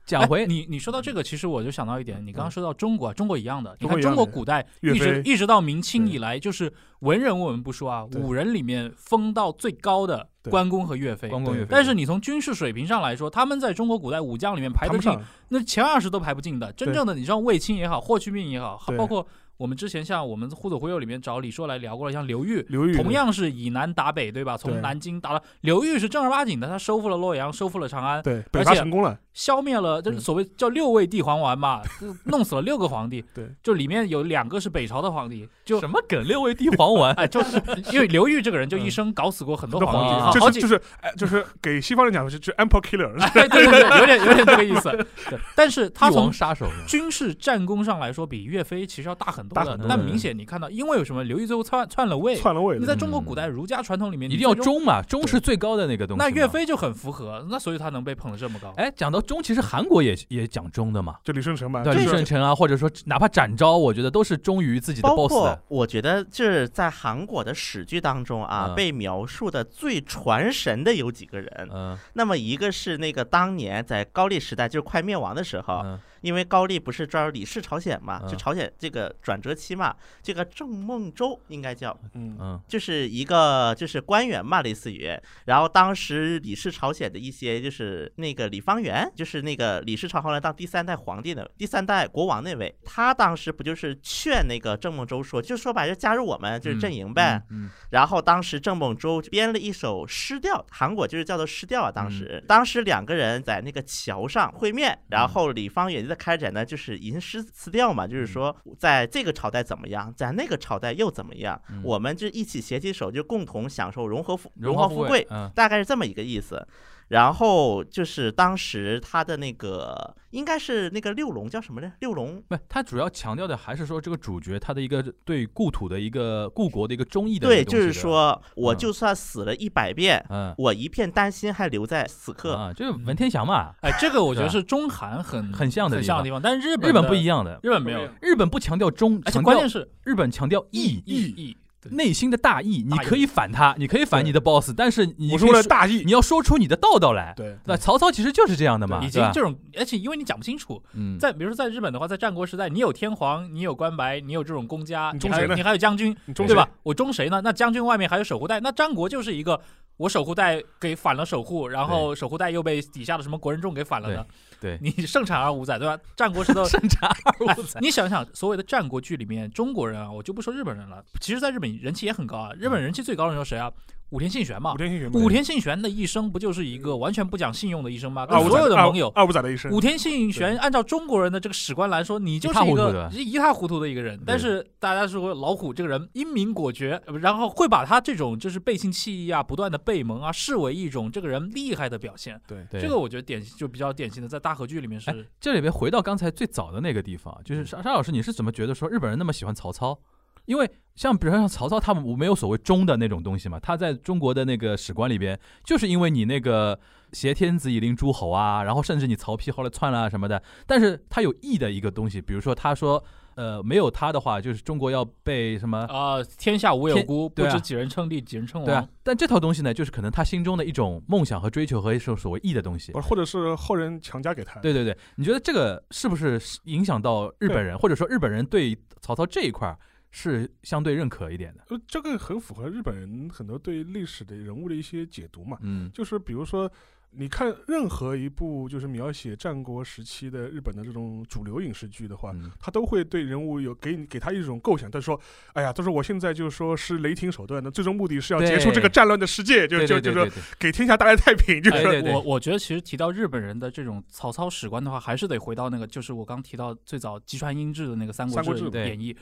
讲 哎回你，你说到这个，其实我就想到一点，你刚刚说到中国，啊中国一样的。你嗯中国看一样中的国古代岳一直飞一直到明清以来，就是文人我们不说啊，对武人里面封到最高的对关公和岳飞。关公岳飞，但是你从军事水平上来说，他们在中国古代武将里面排谈得不进上，那前二十都排不进的。真对正的你像卫青也好，霍去病也好，对包括我们之前像我们忽左忽右里面找李硕来聊过了，像刘裕，刘裕同样是以南打北，对吧？从对南京打了，刘裕是正儿八经的，他收复了洛阳，收复了长安，对北而伐且成功了，消灭了，就是嗯所谓叫六位地黄 丸嘛，就弄死了六个皇帝。对，就里面有两个是北朝的皇帝，就什么梗六味地黄丸，哎，就是因为刘裕这个人就嗯一生搞死过很多那帝，皇帝好啊好就是几哎就。是哎就是给西方人讲，就是就是 emperor killer，对对对，有点 有点这个意思。对但是他帝王从杀手，军事战功上来说，比岳飞其实要大很很多大的很。多但的明显你看到，因为有什么刘义最后篡篡了位，篡了嗯位你了。在中国古代儒家传统里面一定要，你最终忠嘛，忠是最高的那个东西嘛。那岳飞就很符合，那所以他能被捧得这么高。哎，讲到忠，其实韩国也也讲忠的嘛，就李舜臣吧，对就李是舜臣啊，或者说哪怕展昭，我觉得都是忠于自己的包 boss 括的。我觉得这是在韩国的史剧当中啊，嗯被描述的最传神的有几个人。嗯那么一个是那个当年在高丽时代，就是快灭亡的时啊候，嗯因为高丽不是抓李氏朝鲜嘛，嗯就朝鲜这个转折期嘛，这个郑孟周应该叫嗯，嗯就是一个就是官员嘛，类似于，然后当时李氏朝鲜的一些就是那个李方元，就是那个李氏朝后来当第三代皇帝的第三代国王那位，他当时不就是劝那个郑孟周说，就说白了加入我们就是阵营呗。嗯然后当时郑孟周编了一首诗调，韩国就是叫做诗调啊。嗯当时、当时两个人在那个桥上会面，然后李方远就在开展呢，就是吟诗词调嗯嘛，就是说在这个朝代怎么样，在那个朝代又怎么样，嗯我们就一起携起手，就共同享受荣和富荣华华富贵贵，，嗯大概是这么一个意思。然后就是当时他的那个应该是那个六龙叫什么呢？六龙不，他主要强调的还是说这个主角他的一个对故土的一个故国的一个忠义的一对，个就东西是的说我嗯就算死了一百遍，嗯我一片担心还留在此刻。啊，就是文天祥嘛，哎，这个我觉得对啊是中韩很很像的很地像的方地方，但是日本日本不一样，样的，日本没有，日本不强调忠，而且强关调键是日本强调义义义，对内心的大义，你大义可以反他，你可以反你的 boss，但是你我可以说了大义，你要说出你的道道来。对，那曹操其实就是这样的嘛，已对经吧这种，而且因为你讲不清楚，嗯，在比如说在日本的话，在战国时代，你有天皇，你有关白，你有这种公家，你你忠还谁有呢你还有将军，你忠对吧？？我忠谁呢？那将军外面还有守护带，那战国就是一个我守护带给反了守护，然后守护带又被底下的什么国人众给反了的。对你盛产二五仔，对吧？战国时 代正常哎你想想，所谓的战国剧里面，中国人啊，我就不说日本人了，其实在日本人气也很高啊。日嗯本人气最高的时候谁啊？武田信玄嘛武。天信玄武田信玄的一生不就是一个完全不讲信用的一生啊吗？跟二五仔所有的盟友，二五仔啊的一生武，田信玄按照中国人的这个史观来说，你就是一塌一糊涂个的是一塌糊涂的一个人。但是大家说老虎这个人英明果决，呃不然后会把他这种就是背信弃义啊、不断的背盟啊，视为一种这个人厉害的表现。对， 对这个我觉得典型就比较典型的，在大和剧里面是、哎这里边回到刚才最早的那个地方，啊就是沙沙老师，你是怎么觉得说日本人那么喜欢曹操？因为像比如说像曹操，他们没有所谓忠的那种东西嘛，他在中国的那个史观里边，就是因为你那个挟天子以令诸侯啊，然后甚至你曹丕后来篡了、啊、什么的，但是他有义的一个东西，比如说他说，呃，没有他的话，就是中国要被什么啊、天下无有哎天孤，不对啊知几人称帝，几人称王。对啊，但这套东西呢，就是可能他心中的一种梦想和追求和一种所谓义的东西不。是或者是后人强加给他，对对对，你觉得这个是不是影响到日本人，或者说日本人对曹操这一块儿是相对认可一点的？呃，这个很符合日本人很多对历史的人物的一些解读嘛，嗯就是比如说。你看任何一部就是描写战国时期的日本的这种主流影视剧的话，嗯他都会对人物有给你给他一种构想，他说：“哎呀，他说我现在就是说是雷霆手段的，最终目的是要结束对这个战乱的世界，就嗯对就对就对说对对，给天下带来太平。”就是对说对对我我觉得其实提到日本人的这种曹操史观的话，还是得回到那个，就是我刚提到最早吉川英治的那个《三国三国志演义》，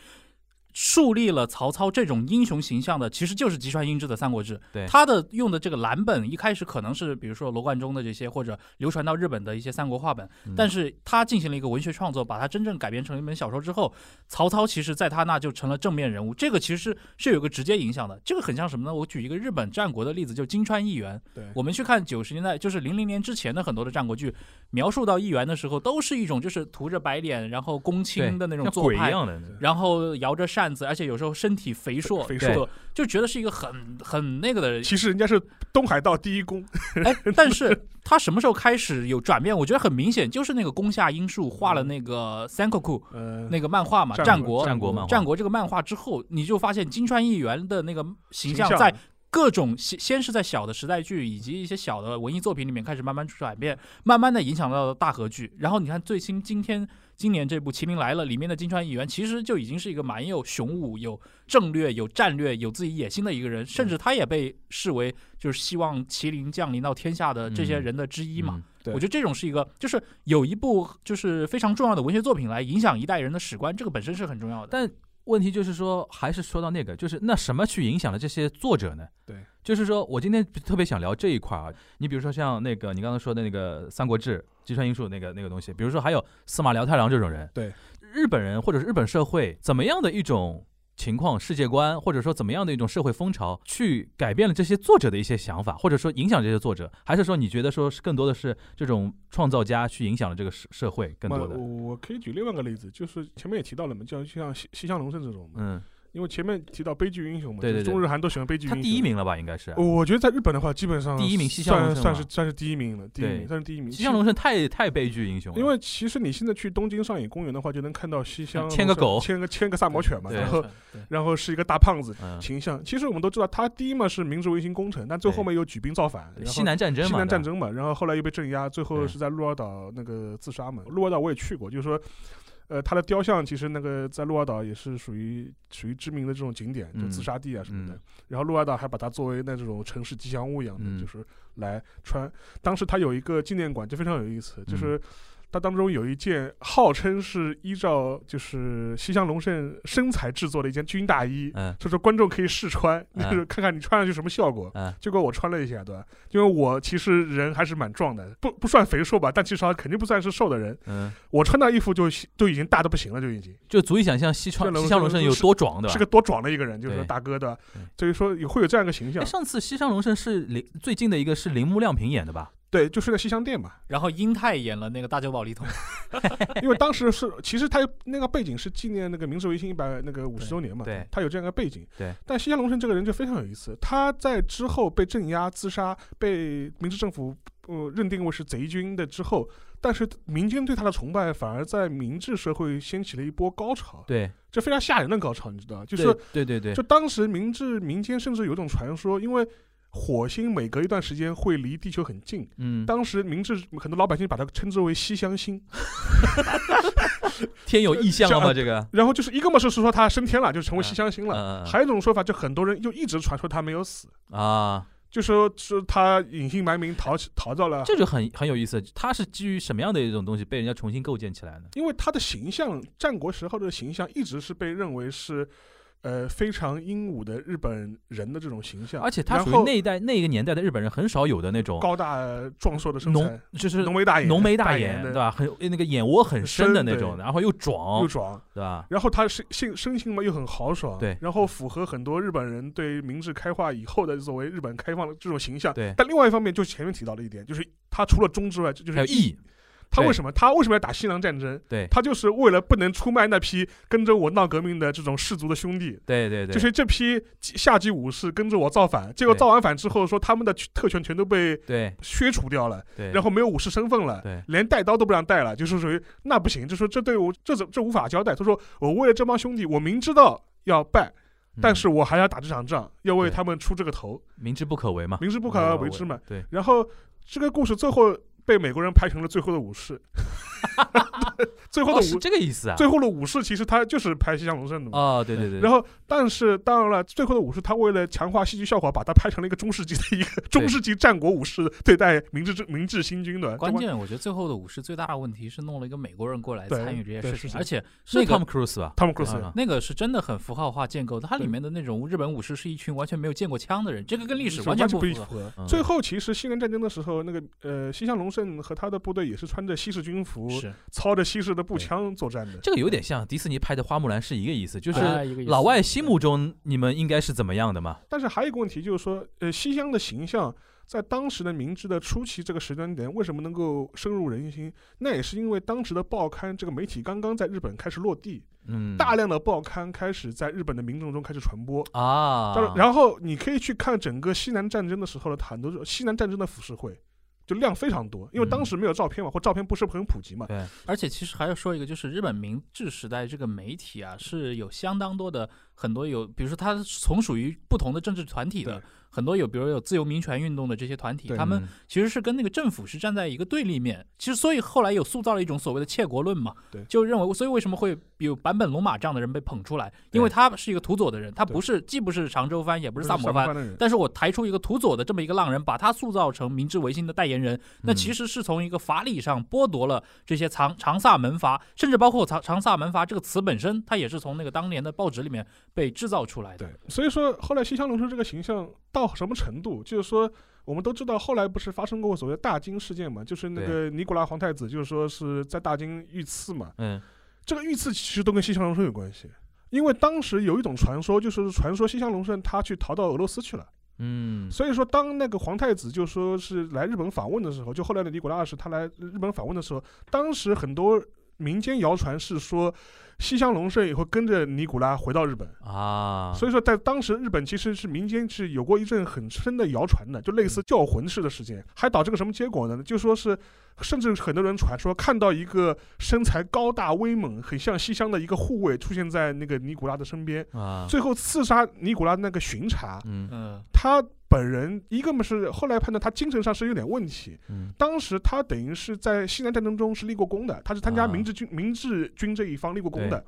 树立了曹操这种英雄形象的，其实就是吉川英治的《三国志》。对他的用的这个蓝本，一开始可能是比如说罗贯中的这些，或者流传到日本的一些三国话本，嗯但是他进行了一个文学创作，把它真正改编成了一本小说之后，曹操其实在他那就成了正面人物，这个其实是有一个直接影响的。这个很像什么呢？我举一个日本战国的例子，就金川议员。对我们去看九十年代，就是零零年之前的很多的战国剧，描述到议员的时候，都是一种就是涂着白脸，然后公对卿的那种像做鬼一派。样的，嗯然后摇着扇子，而且有时候身体肥硕，肥硕对，就觉得是一个很很那个的人。其实人家是东海道第一宫，哎，但是他什么时候开始有转变？我觉得很明显，就是那个宫下英树画了那个《Senkoku》呃，那个漫画嘛，《战战国国》战国漫画战国这个漫画之后，你就发现金川议员的那个形象形象在各种先先是在小的时代剧以及一些小的文艺作品里面开始慢慢转变，慢慢的影响到大河剧。然后你看最新今天今年这部《麒麟来了》里面的金川议员，其实就已经是一个蛮有雄武、有战略、有战略、有自己野心的一个人，嗯甚至他也被视为就是希望麒麟降临到天下的这些人的之一嘛。嗯对我觉得这种是一个，就是有一部就是非常重要的文学作品来影响一代人的史观，这个本身是很重要的。但问题就是说，还是说到那个，就是那什么去影响了这些作者呢？对，就是说我今天特别想聊这一块儿啊。你比如说像那个你刚才说的那个《三国志》吉川英树那个那个东西，比如说还有司马辽太郎这种人，对，日本人或者是日本社会怎么样的一种情况、世界观，或者说怎么样的一种社会风潮，去改变了这些作者的一些想法，或者说影响这些作者，还是说你觉得说是更多的是这种创造家去影响了这个社社会更多的我？我可以举另外一个例子，就是前面也提到了嘛，就像西西乡隆盛这种嘛，嗯，因为前面提到悲剧英雄嘛，对就对是对中日韩都喜欢悲剧英他雄。第一，名了吧？应该是我觉得在日本的话，基本上第一名西乡算隆盛算嘛是算是第一名了，第一对名算是第一名。西乡隆盛太太悲剧英雄了，因为其实你现在去东京上野公园的话，就能看到西乡啊牵个隆盛狗牵个牵个萨摩犬嘛，对然后对然后是一个大胖子嗯，形象。其实我们都知道，他第一嘛是明治维新工程，但最后对面又举兵造反，然后西南战争嘛，西南对吧战争嘛，然后后来又被镇压，最后对是在鹿儿岛那个自杀嘛。鹿儿岛我也去过，就是说，呃，他的雕像其实那个在鹿儿岛也是属于属于知名的这种景点，就嗯自杀地啊什么的。嗯然后鹿儿岛还把它作为那种城市吉祥物一样的，嗯就是来穿。当时他有一个纪念馆，就非常有意思，嗯就是。它当中有一件号称是依照就是西乡隆盛身材制作的一件军大衣，嗯所以说观众可以试穿，嗯就是看看你穿上去什么效果。嗯结果我穿了一下，对吧？因为我其实人还是蛮壮的，不不算肥瘦吧，但其实还肯定不算是瘦的人。嗯，我穿那衣服就都已经大的不行了，就已经就足以想象西川西乡西乡隆隆盛盛有是多壮，对吧？是个多壮的一个人，就是对大哥的对。所以说也会有这样一个形象哎，，上次西山隆盛是铃最近的一个是铃木亮平演的吧？对，就是在西厢店嘛。然后英泰演了那个大久保利通，因为当时是，其实他那个背景是纪念那个明治维新一百那个五十周年嘛，对他有这样一个背景。对，但西乡隆盛这个人就非常有意思，他在之后被镇压、自杀，被明治政府呃认定为是贼军的之后，但是民间对他的崇拜反而在明治社会掀起了一波高潮，对，这非常吓人的高潮，你知道吧？就对是对对对就，当时明治民间甚至有一种传说，因为火星每隔一段时间会离地球很近，嗯，当时明治很多老百姓把它称之为西乡星。天有异象了像吗？这个，然后就是一个嘛是说他升天了，就成为西乡星了；嗯还有一种说法，就很多人就一直传说他没有死，嗯啊，就说是他隐姓埋名逃逃到了，这就很很有意思，它是基于什么样的一种东西被人家重新构建起来呢？因为他的形象，战国时候的形象一直是被认为是。呃，非常英武的日本人的这种形象，而且它然属后于那一代那个年代的日本人很少有的那种高大壮硕的身浓材，，就是浓眉大眼，浓眉大眼，的对吧？哦很那个眼窝很深的那深种，对然后又又壮，壮，对吧？然后他是性生性嘛又很豪爽，对然后符合很多日本人对明治开化以后的所谓日本开放的这种形象。对但另外一方面，就是前面提到的一点，就是他除了忠之外，就就还是有义，他为对什么他为什么要打西南战争？对他就是为了不能出卖那批跟着我闹革命的这种氏族的兄弟。对对就对是这批下级武士跟着我造反，结果对造完反之后，说他们的特权全都被对削除掉了，对，然后没有武士身份了，对连带刀都不让带了，就是属于那不行，就说这对我这怎这无法交代。他说我为了这帮兄弟，我明知道要败，嗯但是我还要打这场仗，要为对他们出这个头，明知不可为嘛，明知不可而为之嘛。对，然后这个故事最后被美国人拍成了《最后的武士》，最后的哦，武、是这个意思啊？最后的武士其实他就是拍西乡隆盛的嘛。哦，对对对，然后后，但是当然了，最后的武士他为了强化戏剧效果，把它拍成了一个中世纪的一个中世纪战国武士对待明治政明治新军的关键我觉得最后的武士最大的问题是弄了一个美国人过来对参与这些对事是情，的而且是那个 Tom Cruise 吧？汤姆·克鲁斯啊那个是真的很符号化建构的，它里对面的那种日本武士是一群完全没有见过枪的人，这个跟历史是完全全不不符合。合。嗯最后，其实西南战争的时候，那个呃，西乡隆盛和他的部队也是穿着西式军服，是，操着西式的步枪作战的。这个有点像迪士尼拍的《花木兰》是一个意思，就是哎一个意思老外心目中你们应该是怎么样的嘛？但是还有一个问题就是说，呃，西乡的形象在当时的明治的初期这个时间点，为什么能够深入人心？那也是因为当时的报刊这个媒体刚刚在日本开始落地，嗯，大量的报刊开始在日本的民众中开始传播。啊，当然，然后你可以去看整个西南战争的时候的很多西南战争的浮世绘，就量非常多，因为当时没有照片嘛，或照片不是很普及嘛。对，而且其实还要说一个，就是日本明治时代这个媒体啊，是有相当多的很多有，比如说它从属于不同的政治团体的对，很多有比如有自由民权运动的这些团体，对他嗯们其实是跟那个政府是站在一个对立面。其实所以后来有塑造了一种所谓的窃国论嘛，对就认为所以为什么会有坂本龙马这样的人被捧出来，对因为他是一个土佐的人，他对不是既不是长州藩，也不不是萨摩藩。的人，但是我抬出一个土佐的这么一个浪人，把他塑造成明治维新的代言人，那其嗯实实是从一个法理上剥夺了这些长长萨门阀，甚至包括长长萨门阀这个词本身，它也是从那个当年的报纸里面被制造出来的。对，所以说后来西乡隆盛这个形象到什么程度，就是说我们都知道，后来不是发生过所谓的大金事件嘛，就是那个尼古拉皇太子，就是说是在大金遇刺嘛。嗯，这个遇刺其实都跟西乡隆盛有关系，因为当时有一种传说，就是传说西乡隆盛他去逃到俄罗斯去了。嗯，所以说，当那个皇太子就说是来日本访问的时候，就后来的尼古拉二世他来日本访问的时候，当时很多民间谣传是说西乡隆盛也会跟着尼古拉回到日本。啊，所以说，在当时日本其实是民间是有过一阵很深的谣传的，就类似嗯叫魂式的事件，还导致个什么结果呢？就说是，甚至很多人传说看到一个身材高大威猛、很像西乡的一个护卫出现在那个尼古拉的身边，啊，最后刺杀尼古拉那个巡查，嗯嗯他本人一个嘛是后来判断他精神上是有点问题，嗯当时他等于是在西南战争中是立过功的，他是参加啊明治军、明治军这一方立过功对的。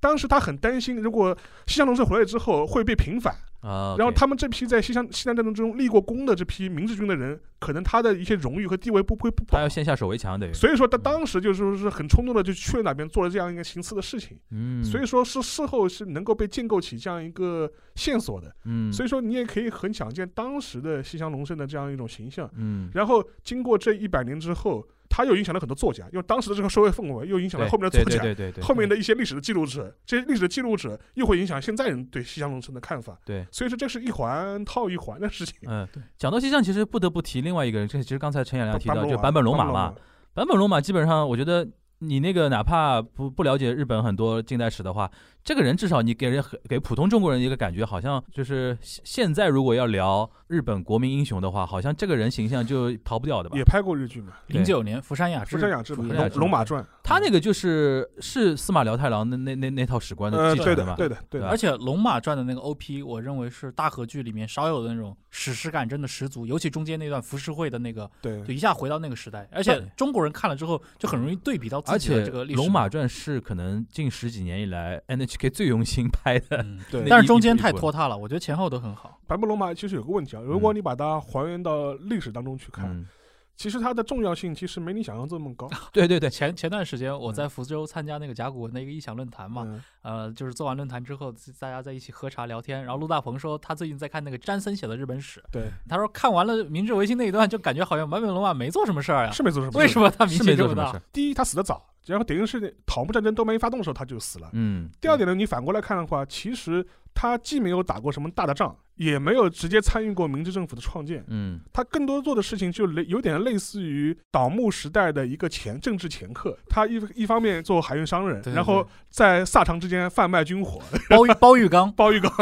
当时他很担心，如果西乡隆盛回来之后会被平反，啊，然后 OK 他们这批在西乡西南战争中立过功的这批明治军的人，可能他的一些荣誉和地位不会不他保要。嗯先下手为强，等于，所以说他当时就是说是很冲动的就去了那边做了这样一个行刺的事情，嗯，所以说是事后是能够被建构起这样一个线索的。嗯，所以以说你也可以很想见当时的西乡隆盛的这样一种形象。嗯，然后经过这一百年之后，他又影响了很多作家，因为当时的这个社会氛围又影响了对后面的作对家，对对对对，后面的一些历史的记录者，这些历史的记录者又会影响现在人对西乡隆盛的看法。对所以说这是一环套一环的事情。嗯，讲到西乡，其实不得不提另外一个人，这其实刚才陈远良提到，就版坂本龙马马嘛。，坂本龙马基本上，我觉得你那个哪怕不不了解日本很多近代史的话，这个人至少你给人很给普通中国人一个感觉，好像就是现现在如果要聊日本国民英雄的话，好像这个人形象就逃不掉的吧也。拍过日剧嘛，对零九年福山雅《福治，山雅治》嘛，《福山雅龙治龙马传》他那个就是是司马辽太郎那那那那套史官的呃，继对的，承嘛。对的，对的吧。而且《龙马传》的那个 OP，我认为是大和剧里面少有的那种史诗感真的十足，尤其中间那段浮世绘的那个，对就一下回到那个时代。而且对中国人看了之后，就很容易对比到自而己的且这个《历史。龙马，传》是可能近十几年以来 NHK 最用心拍的，嗯，对但是中间太拖沓了，我觉得前后都很好。坂本龙马其实有个问题啊，如果你把它还原到历史当中去看，嗯，其实它的重要性其实没你想象这么 高。对对对，嗯前前段时间我在福州参加那个甲骨文的一个异想论坛嘛，嗯呃，就是做完论坛之后，大家在一起喝茶聊天，然后陆大鹏说他最近在看那个詹森写的日本史，对，他说看完了明治维新那一段，就感觉好像坂本龙马没做什么事儿呀，是没做什么事。为什么他名是气没这做么什么大事？儿。第一，他死得早，然后等于是讨木战争都没发动的时候他就死了。嗯，第二点呢，你反过来看的话，其实他既没有打过什么大的仗，也没有直接参与过明治政府的创建，嗯，他更多做的事情就类有点类似于倒幕时代的一个前政治掮客。他一一方面做海运商人，对然后在萨长之间贩卖军火，，包玉包玉刚 包玉刚，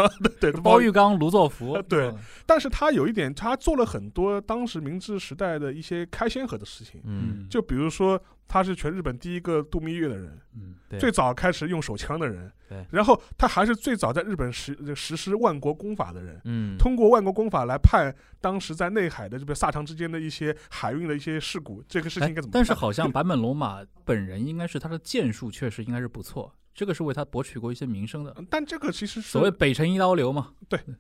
对对，包玉刚、卢作孚，对嗯，但是他有一点，他做了很多当时明治时代的一些开先河的事情，嗯，就比如说他是全日本第一个度蜜月的人，嗯对最早开始用手枪的人对，然后他还是最早在日本实呃实施万国公法的人。嗯，通过万国公法来判当时在内海的这边萨长之间的一些海运的一些事故，这个事情应该怎么办？哎但是好像坂本龙马本人应该是他的剑术确实应该是不错，这个是为他博取过一些名声的。嗯，但这个其实是所谓北辰一刀流嘛，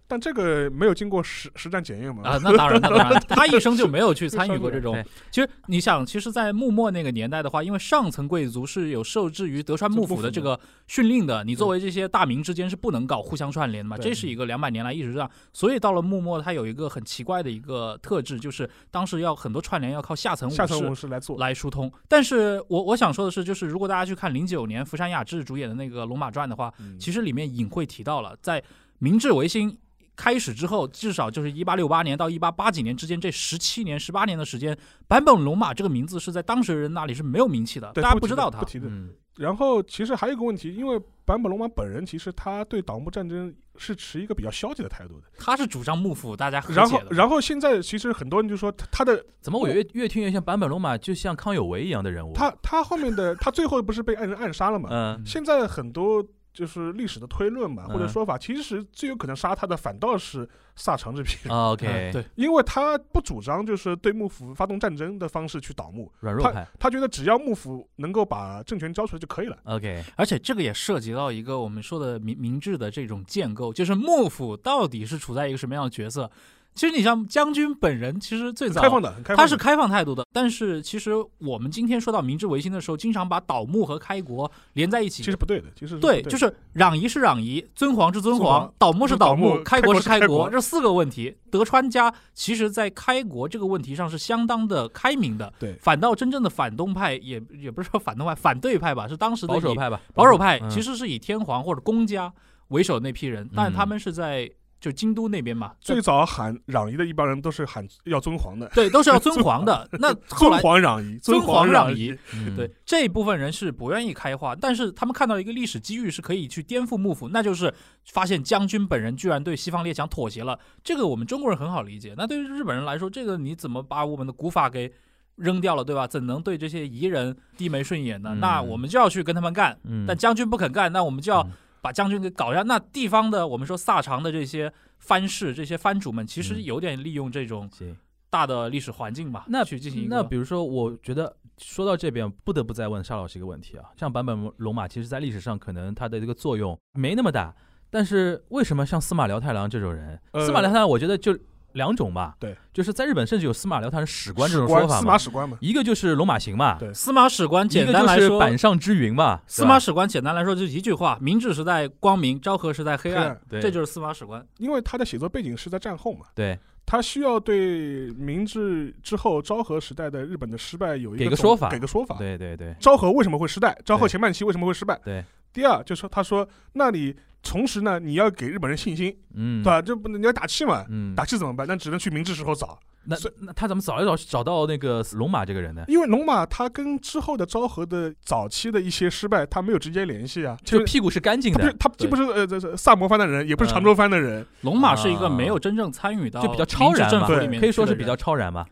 但这个没有经过实实战检验嘛？ 啊，那当然，那当然，他一生就没有去参与过这种对。其实你想，其实，在幕末那个年代的话，因为上层贵族是有受制于德川幕府的这个训令的，你作为这些大明之间是不能搞互相串联的嘛，对这是一个两百年来一直这样。所以到了幕末，它有一个很奇怪的一个特质，就是当时要很多串联要靠下层武下层士武士来做，来疏通。但是我我想说的是，就是如果大家去看零九年福山雅治主演的那个《龙马传》的话，嗯其实里面隐晦提到了，在明治维新开始之后，至少就是一八六八年到一八八几年之间这十七年、十八年的时间，坂本龙马这个名字是在当时人那里是没有名气的，对大家不不提知的道他不。提的。嗯然后其实还有一个问题，因为坂本龙马本人其实他对倒幕战争是持一个比较消极的态度的。他是主张幕府大家和然解后的，，然后现在其实很多人就说他他的怎么我越越听越像坂本龙马，就像康有为一样的人物？他他后面的他最后不是被暗人暗杀了嘛？嗯，现在很多就是历史的推论嘛，或者嗯说法，其实最有可能杀他的反倒是萨长这批人，啊嗯 OK，对， 因为他不主张就是对幕府发动战争的方式去倒幕，软弱派他觉得只要幕府能够把政权交出来就可以了。 OK，而且这个也涉及到一个我们说的明明治的这种建构，就是幕府到底是处在一个什么样的角色？其实你像将军本人，其实最早开放的，很开放他的是开放态度的，但是其实我们今天说到明治维新的时候，经常把倒幕和开国连在一起。其实不嗯对的，其实对，就是是攘夷是攘夷，尊皇是尊尊皇皇，倒幕是倒倒幕，幕开开国国是是开开国，国这四个问题，德川家其实在开国这个问题上是相当的开明的。对反倒真正的反动派也也不是说反动派，反对派吧，是当时的保守以派吧，保守派嗯其实是以天皇或者公家为首的那批人，但他们是在就京都那边嘛，最早喊攘夷的一帮人都是喊要尊皇的，对都是要尊皇的。那后尊来皇攘夷，尊皇皇攘夷夷，嗯对这一部分人是不愿意开化，但是他们看到一个历史机遇是可以去颠覆幕府，那就是发现将军本人居然对西方列强妥协了。这个我们中国人很好理解，那对于日本人来说，这个你怎么把我们的古法给扔掉了，对吧？怎能对这些夷人低眉顺眼呢？嗯那我们就要去跟他们干，嗯，但将军不肯干，那我们就要嗯把将军给搞下。那地方的我们说萨长的这些藩士、这些藩主们，其实嗯有点利用这种行。大的历史环境吧，那去进行一那个比如说，我觉得说到这边，不得不再问沙老师一个问题啊，像坂本龙马，其实在历史上可能它的这个作用没那么大，但是为什么像司马辽太郎这种人，呃司马辽太郎我觉得就两种吧，对，就是在日本甚至有司马辽太郎史官这史种说官法司马嘛，史官嘛，一个就是龙马行嘛，对司马史官一简个单就来是说，板上之云嘛，对司吧马史官简单来说就一句话：明治时代光明，昭和时代黑黑暗暗，对这就是司马史官。因为他的写作背景是在战后嘛，对他需要对明治之后昭和时代的日本的失败有一给个个总说法给个说法。对对对，昭和为什么会失败？昭和对前半期为什么会失败？对。第二就是他说，那你同时呢，你要给日本人信心，嗯对，吧？这不能你要打气嘛，嗯，打气怎么办？那只能去明治时候找，那所那他怎么找一找找到那个龙马这个人呢？因为龙马他跟之后的昭和的早期的一些失败，他没有直接联系啊，就就是屁股是干净他不是的，他既不是呃这这萨摩藩的人，也不是嗯常州藩的人，龙马是一个没有真正参与到啊就比较超然明治政嘛府对里面，可以说是比较。超然吧。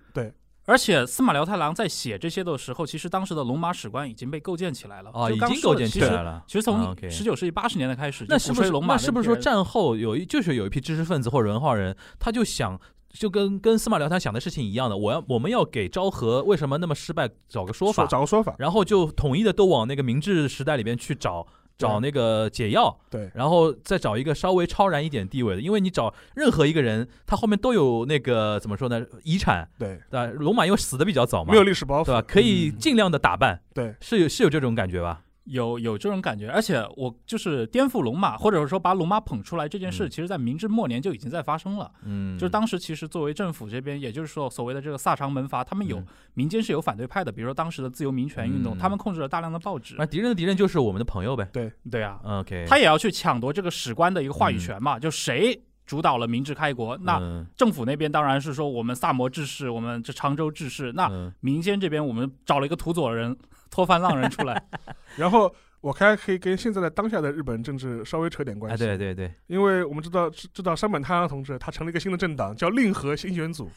而且司马辽太郎在写这些的时候，其实当时的龙马史官已经被构建起来了哦，就已刚经说构的建其起实来了。其实啊从，OK 十九世纪八十年代开始，那就是鼓不吹是龙马那的是不是那说批人战后有一就是有一批知识分子或者文化人，他就想就跟跟司马辽他想的事情一样的，我要我们要给昭和为什么那么失败找个说法，找个说法。然后就统一的都往那个明治时代里边去找。找那个解药，对然后再找一个稍微超然一点地位的，因为你找任何一个人，他后面都有那个怎么说呢，遗产，对，对吧？龙马因为死的比较早嘛，没有历史包对吧？袱，可以嗯尽量的打扮，对，是有是有这种感觉吧？有有这种感觉，而且我就是颠覆龙马，或者说把龙马捧出来这件事，嗯其实在明治末年就已经在发生了。嗯，就是当时其实作为政府这边，也就是说所谓的这个萨长门阀，他们有、嗯民间是有反对派的，比如说当时的自由民权运动，嗯他们控制了大量的报纸反。正敌人的敌人就是我们的朋友呗。对啊， OK，嗯他也要去抢夺这个史官的一个话语权嘛，就谁主导了明治开国，那嗯政府那边当然是说我们萨摩治世，我们这常州治世，那嗯民间这边我们找了一个土佐人。脱藩浪人出来，，然后我看可以跟现在的当下的日本政治稍微扯点关哎，系，对对对，因为我们知道知知道山本太郎同志他成立一个新的政党叫令和新选组，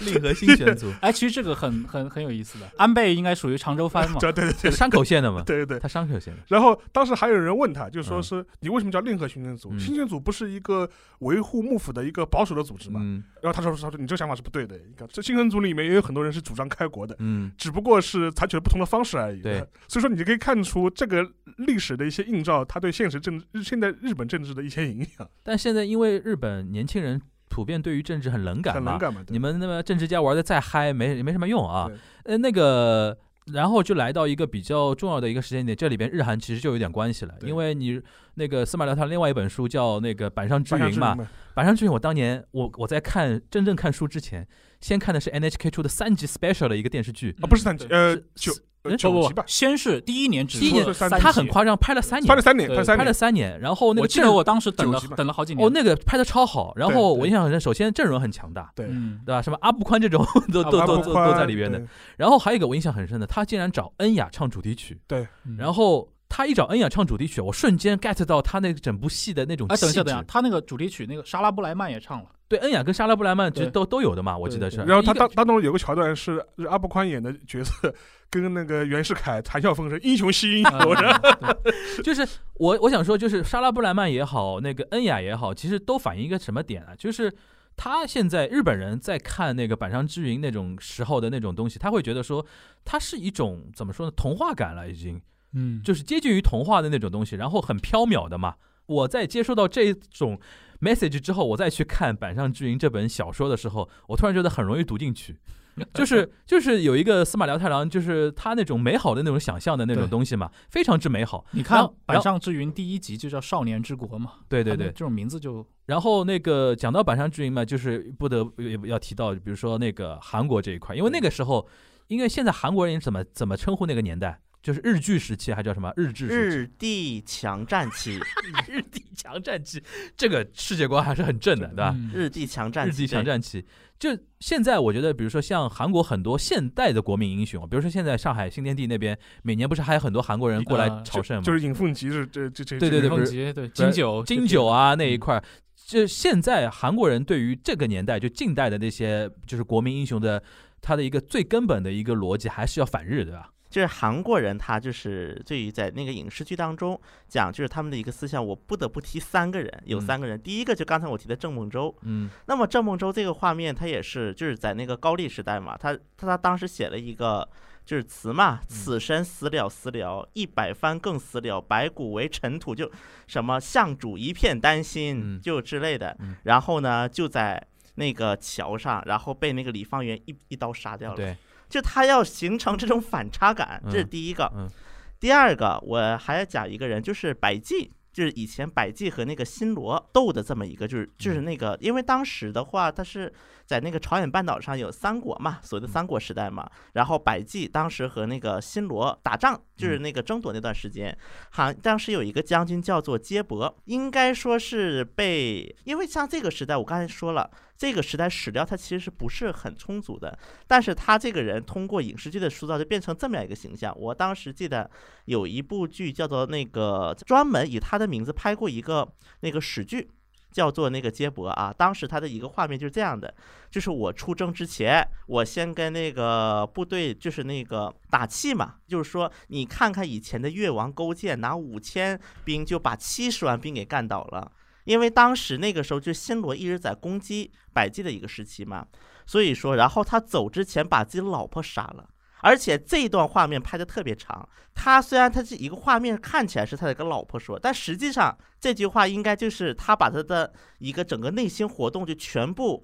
令和新选 组哎，其实这个很很很有意思的。安倍应该属于常州藩嘛， 对对对山口县的嘛，对对对。他山口县的，然后当时还有人问他，就说嗯是你为什么叫令和新选组？嗯新选组不是一个维护幕府的一个保守的组织嘛？嗯然后他说他说你这个想法是不对的，你看这新选组里面也有很多人是主张开国的，嗯，只不过是采取了不同的方式而已。对，所以说你就可以看出这个历史的一些映照，它对现实政治现在日本政治的一些影响，但现在因为日本年轻人普遍对于政治很冷感很嘛冷，感嘛。对你们那么政治家玩的再嗨没没什么用啊对，呃那个。然后就来到一个比较重要的一个时间点，这里边日韩其实就有点关系了，对因为你那个司马辽他另外一本书叫那个《板上之板云上之》嘛，嘛，板上之云，我当年我我在看真正看书之前，先看的是 NHK 出的三集 special 的一个电视剧，啊不是三级，呃九是是呃嗯不九不级吧不，，先是第一年只第一出年了是三三他很集夸张，拍了三拍年了，三年，对拍了三拍了年，三年，然后那我个记得阵我当时等九了集吧等了好几年。哦那个拍的超好，然后对我印象很深，首先阵容很强大。对嗯，对吧？什么阿部宽这种 都都啊都不都宽都在里边的。对然后还有一个我印象很深的，他竟然找恩雅唱主题曲。嗯然后他一找恩雅唱主题曲，我瞬间 get 到他那整部戏的那种哎，等一气下，等一下质，。他那个主题曲那个莎拉布莱曼也唱了，对，恩雅跟莎拉布莱曼其实对都都有的嘛，我记得对对是。然后他一个当当中有个桥段是是阿布宽演的角色跟那个袁世凯谈笑风生，英雄惜英啊雄，我说就是我我想说，就是莎拉布莱曼也好，那个恩雅也好，其实都反映一个什么点啊？就是他现在日本人在看那个板上之云那种时候的那种东西，他会觉得说，它是一种怎么说呢？童话感了，已经嗯，就是接近于童话的那种东西，然后很缥缈的嘛。我在接受到这种 message 之后，我再去看板上之云这本小说的时候，我突然觉得很容易读进去， 就是就是有一个司马辽太郎，就是他那种美好的那种想象的那种对东西嘛，非常之美好。你然看《后板上之云》第一集就叫《少年之国》嘛，对对他们对这，种名字就然后那个讲到板上之云嘛，就是不得不也要提到，比如说那个韩国这一块，因为那个时候，因为现在韩国人怎么怎么称呼那个年代，就是日据时期还叫什么日治时期，日帝强战期，日帝强战期，这个世界观还是很正的，对吧？嗯日帝强战 日期，帝强对战期，就现在我觉得，比如说像韩国很多现代的国民英雄，比如说现在上海新天地那边，每年不是还有很多韩国人过来呃朝圣吗？就是尹凤吉是这这这啊对这对个对不凤是吉对金九金九啊那一块儿，就现在韩国人对于这个年代就近代的那些就是国民英雄的，他的一个最根本的一个逻辑还是要反日，对吧？就是韩国人，他就是对于在那个影视剧当中讲，就是他们的一个思想，我不得不提三个人，有嗯三个人。第一个就刚才我提的郑孟周，嗯那么郑孟周这个画面，他也是就是在那个高丽时代嘛，他他他当时写了一个就是词嘛，此嗯身死了死了，一百番更死了，白骨为尘土，就什么向主一片丹心嗯就之类的嗯。然后呢，就在那个桥上，然后被那个李方圆一一刀杀掉了。对，就他要形成这种反差感，嗯这是第一个。嗯第二个，我还要讲一个人，就是百济，就是以前百济和那个新罗斗的这么一个，嗯就是就是那个，因为当时的话，他是在那个朝鲜半岛上有三国嘛，所谓的三国时代嘛。嗯然后百济当时和那个新罗打仗，就是那个争夺那段时间，好像当时有一个将军叫做接伯，应该说是被，因为像这个时代，我刚才说了。这个时代史料它其实不是很充足的，但是他这个人通过影视剧的塑造就变成这么样一个形象。我当时记得有一部剧叫做那个专门以他的名字拍过一个那个史剧，叫做那个接驳啊。当时他的一个画面就是这样的，就是我出征之前，我先跟那个部队就是那个打气嘛，就是说你看看以前的越王勾践拿五千兵就把七十万兵给干倒了。因为当时那个时候，就新罗一直在攻击百济的一个时期嘛，所以说，然后他走之前把自己老婆杀了，而且这一段画面拍的特别长。他虽然他这一个画面看起来是他的一个老婆说，但实际上这句话应该就是他把他的一个整个内心活动就全部。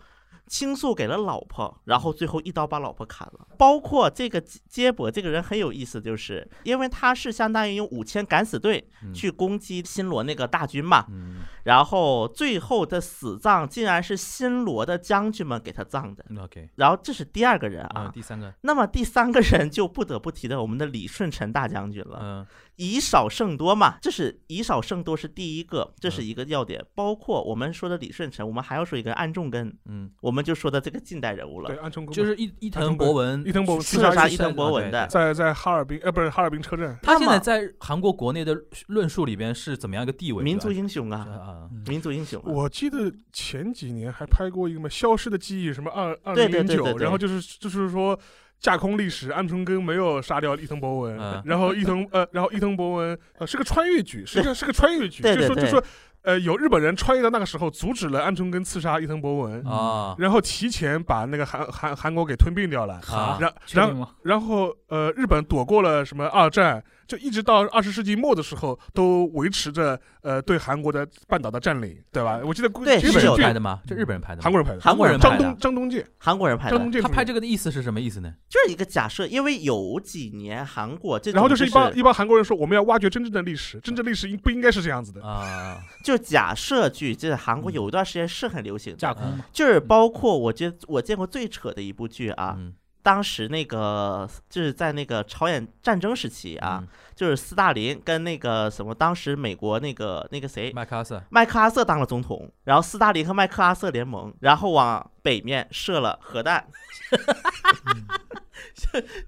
倾诉给了老婆，然后最后一刀把老婆砍了。包括这个接接驳这个人很有意思，就是因为他是相当于用五千敢死队嗯去攻击新罗那个大军嘛，嗯，然后最后的死葬竟然是新罗的将军们给他葬的。嗯 OK 然后这是第二个人啊，啊，第三个，那么第三个人就不得不提到我们的李舜臣大将军了。嗯以少胜多嘛，这是以少胜多是第一个，这是嗯一个要点。包括我们说的李舜臣，我们还要说一个安重根，嗯，我们就说的这个近代人物对了，安重工就是伊伊藤博文伊，藤博刺刺杀杀伊藤啊博文的。在在哈尔滨呃不是哈尔滨车站，他现在在韩国国内的论述里边是怎么样一个地位？民族对吧英雄啊，啊，民族英雄啊、我记得前几年还拍过一个嘛《消失的记忆》，什么二二对零零对对对九，对然后就是就是说架空历史，安重根没有杀掉伊藤博文，啊嗯然后伊藤呃，然后伊藤博文呃是个穿越剧，是个是个穿越剧，对对就说对就说呃有日本人穿越到那个时候，阻止了安重根刺杀伊藤博文，嗯啊啊然后提前把那个韩韩韩国给吞并掉了，啊然确然定吗？然后呃，日本躲过了什么二战，就一直到二十世纪末的时候，都维持着呃对韩国的半岛的占领，对吧？我记得嗯对其日实本人剧拍的吗？这日本人拍的吗，韩国人拍的，韩国人张拍的东张东健，韩国人拍张的东，健他拍这，这个的意思是什么意思呢？就是一个假设，因为有几年韩国这种然后就就是一帮一帮韩国人说，我们要挖掘真正的历史，真正历史应不应该是这样子的？啊，就假设剧，这韩国有一段时间是很流行架的，空嘛，就是包括我觉得我见过最扯的一部剧啊，嗯当时那个就是在那个朝鲜战争时期啊，，嗯就是斯大林跟那个什么，当时美国那个那个谁嗯麦克阿瑟，麦克阿瑟当了总统，然后斯大林和麦克阿瑟联盟，然后往北面射了核弹，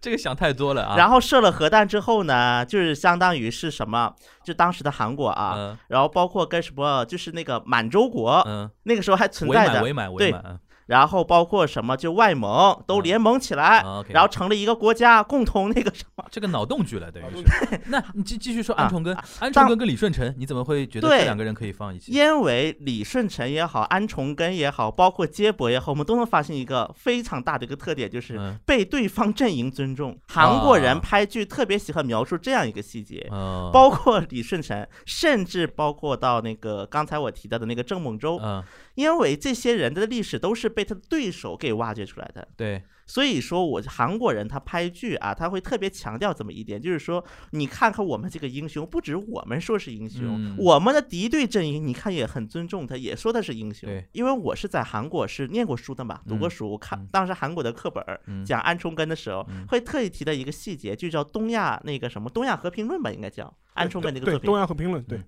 这个想太多了啊。然后射了核弹之后呢，就是相当于是什么，就当时的韩国啊。嗯然后包括跟什么，就是那个满洲国，嗯，啊那个时候还存伪在满的伪满对伪满，嗯然后包括什么就外蒙都嗯联盟起来，啊，OK 哎然后成了一个国家，共同那个什么。这个脑洞剧了，等于脑是。那你继继续说啊安重根啊，安当重根跟李舜臣，你怎么会觉得对这两个人可以放一起？嗯因为李舜臣也好，安重根也好，包括接驳也好，我们都能发现一个非常大的一个特点，就是嗯，被对方阵营尊重。韩国啊人拍剧特别喜欢描述这样一个细节，嗯，包括李舜臣，甚至包括到那个刚才我提到的那个郑孟周，嗯，因为这些人的历史都是被他的对手给挖掘出来的。对，所以说我韩国人他拍剧啊，他会特别强调这么一点，就是说你看看我们这个英雄，不止我们说是英雄，嗯我们的敌对阵营，你看也很尊重他，也说他是英雄对。因为我是在韩国是念过书的嘛，读过书，我看嗯当时韩国的课本儿嗯讲安重根的时候，嗯会特意提到一个细节，就叫东亚那个什么东亚和平论吧，应该叫安重根那个对作品东。亚和平论，对，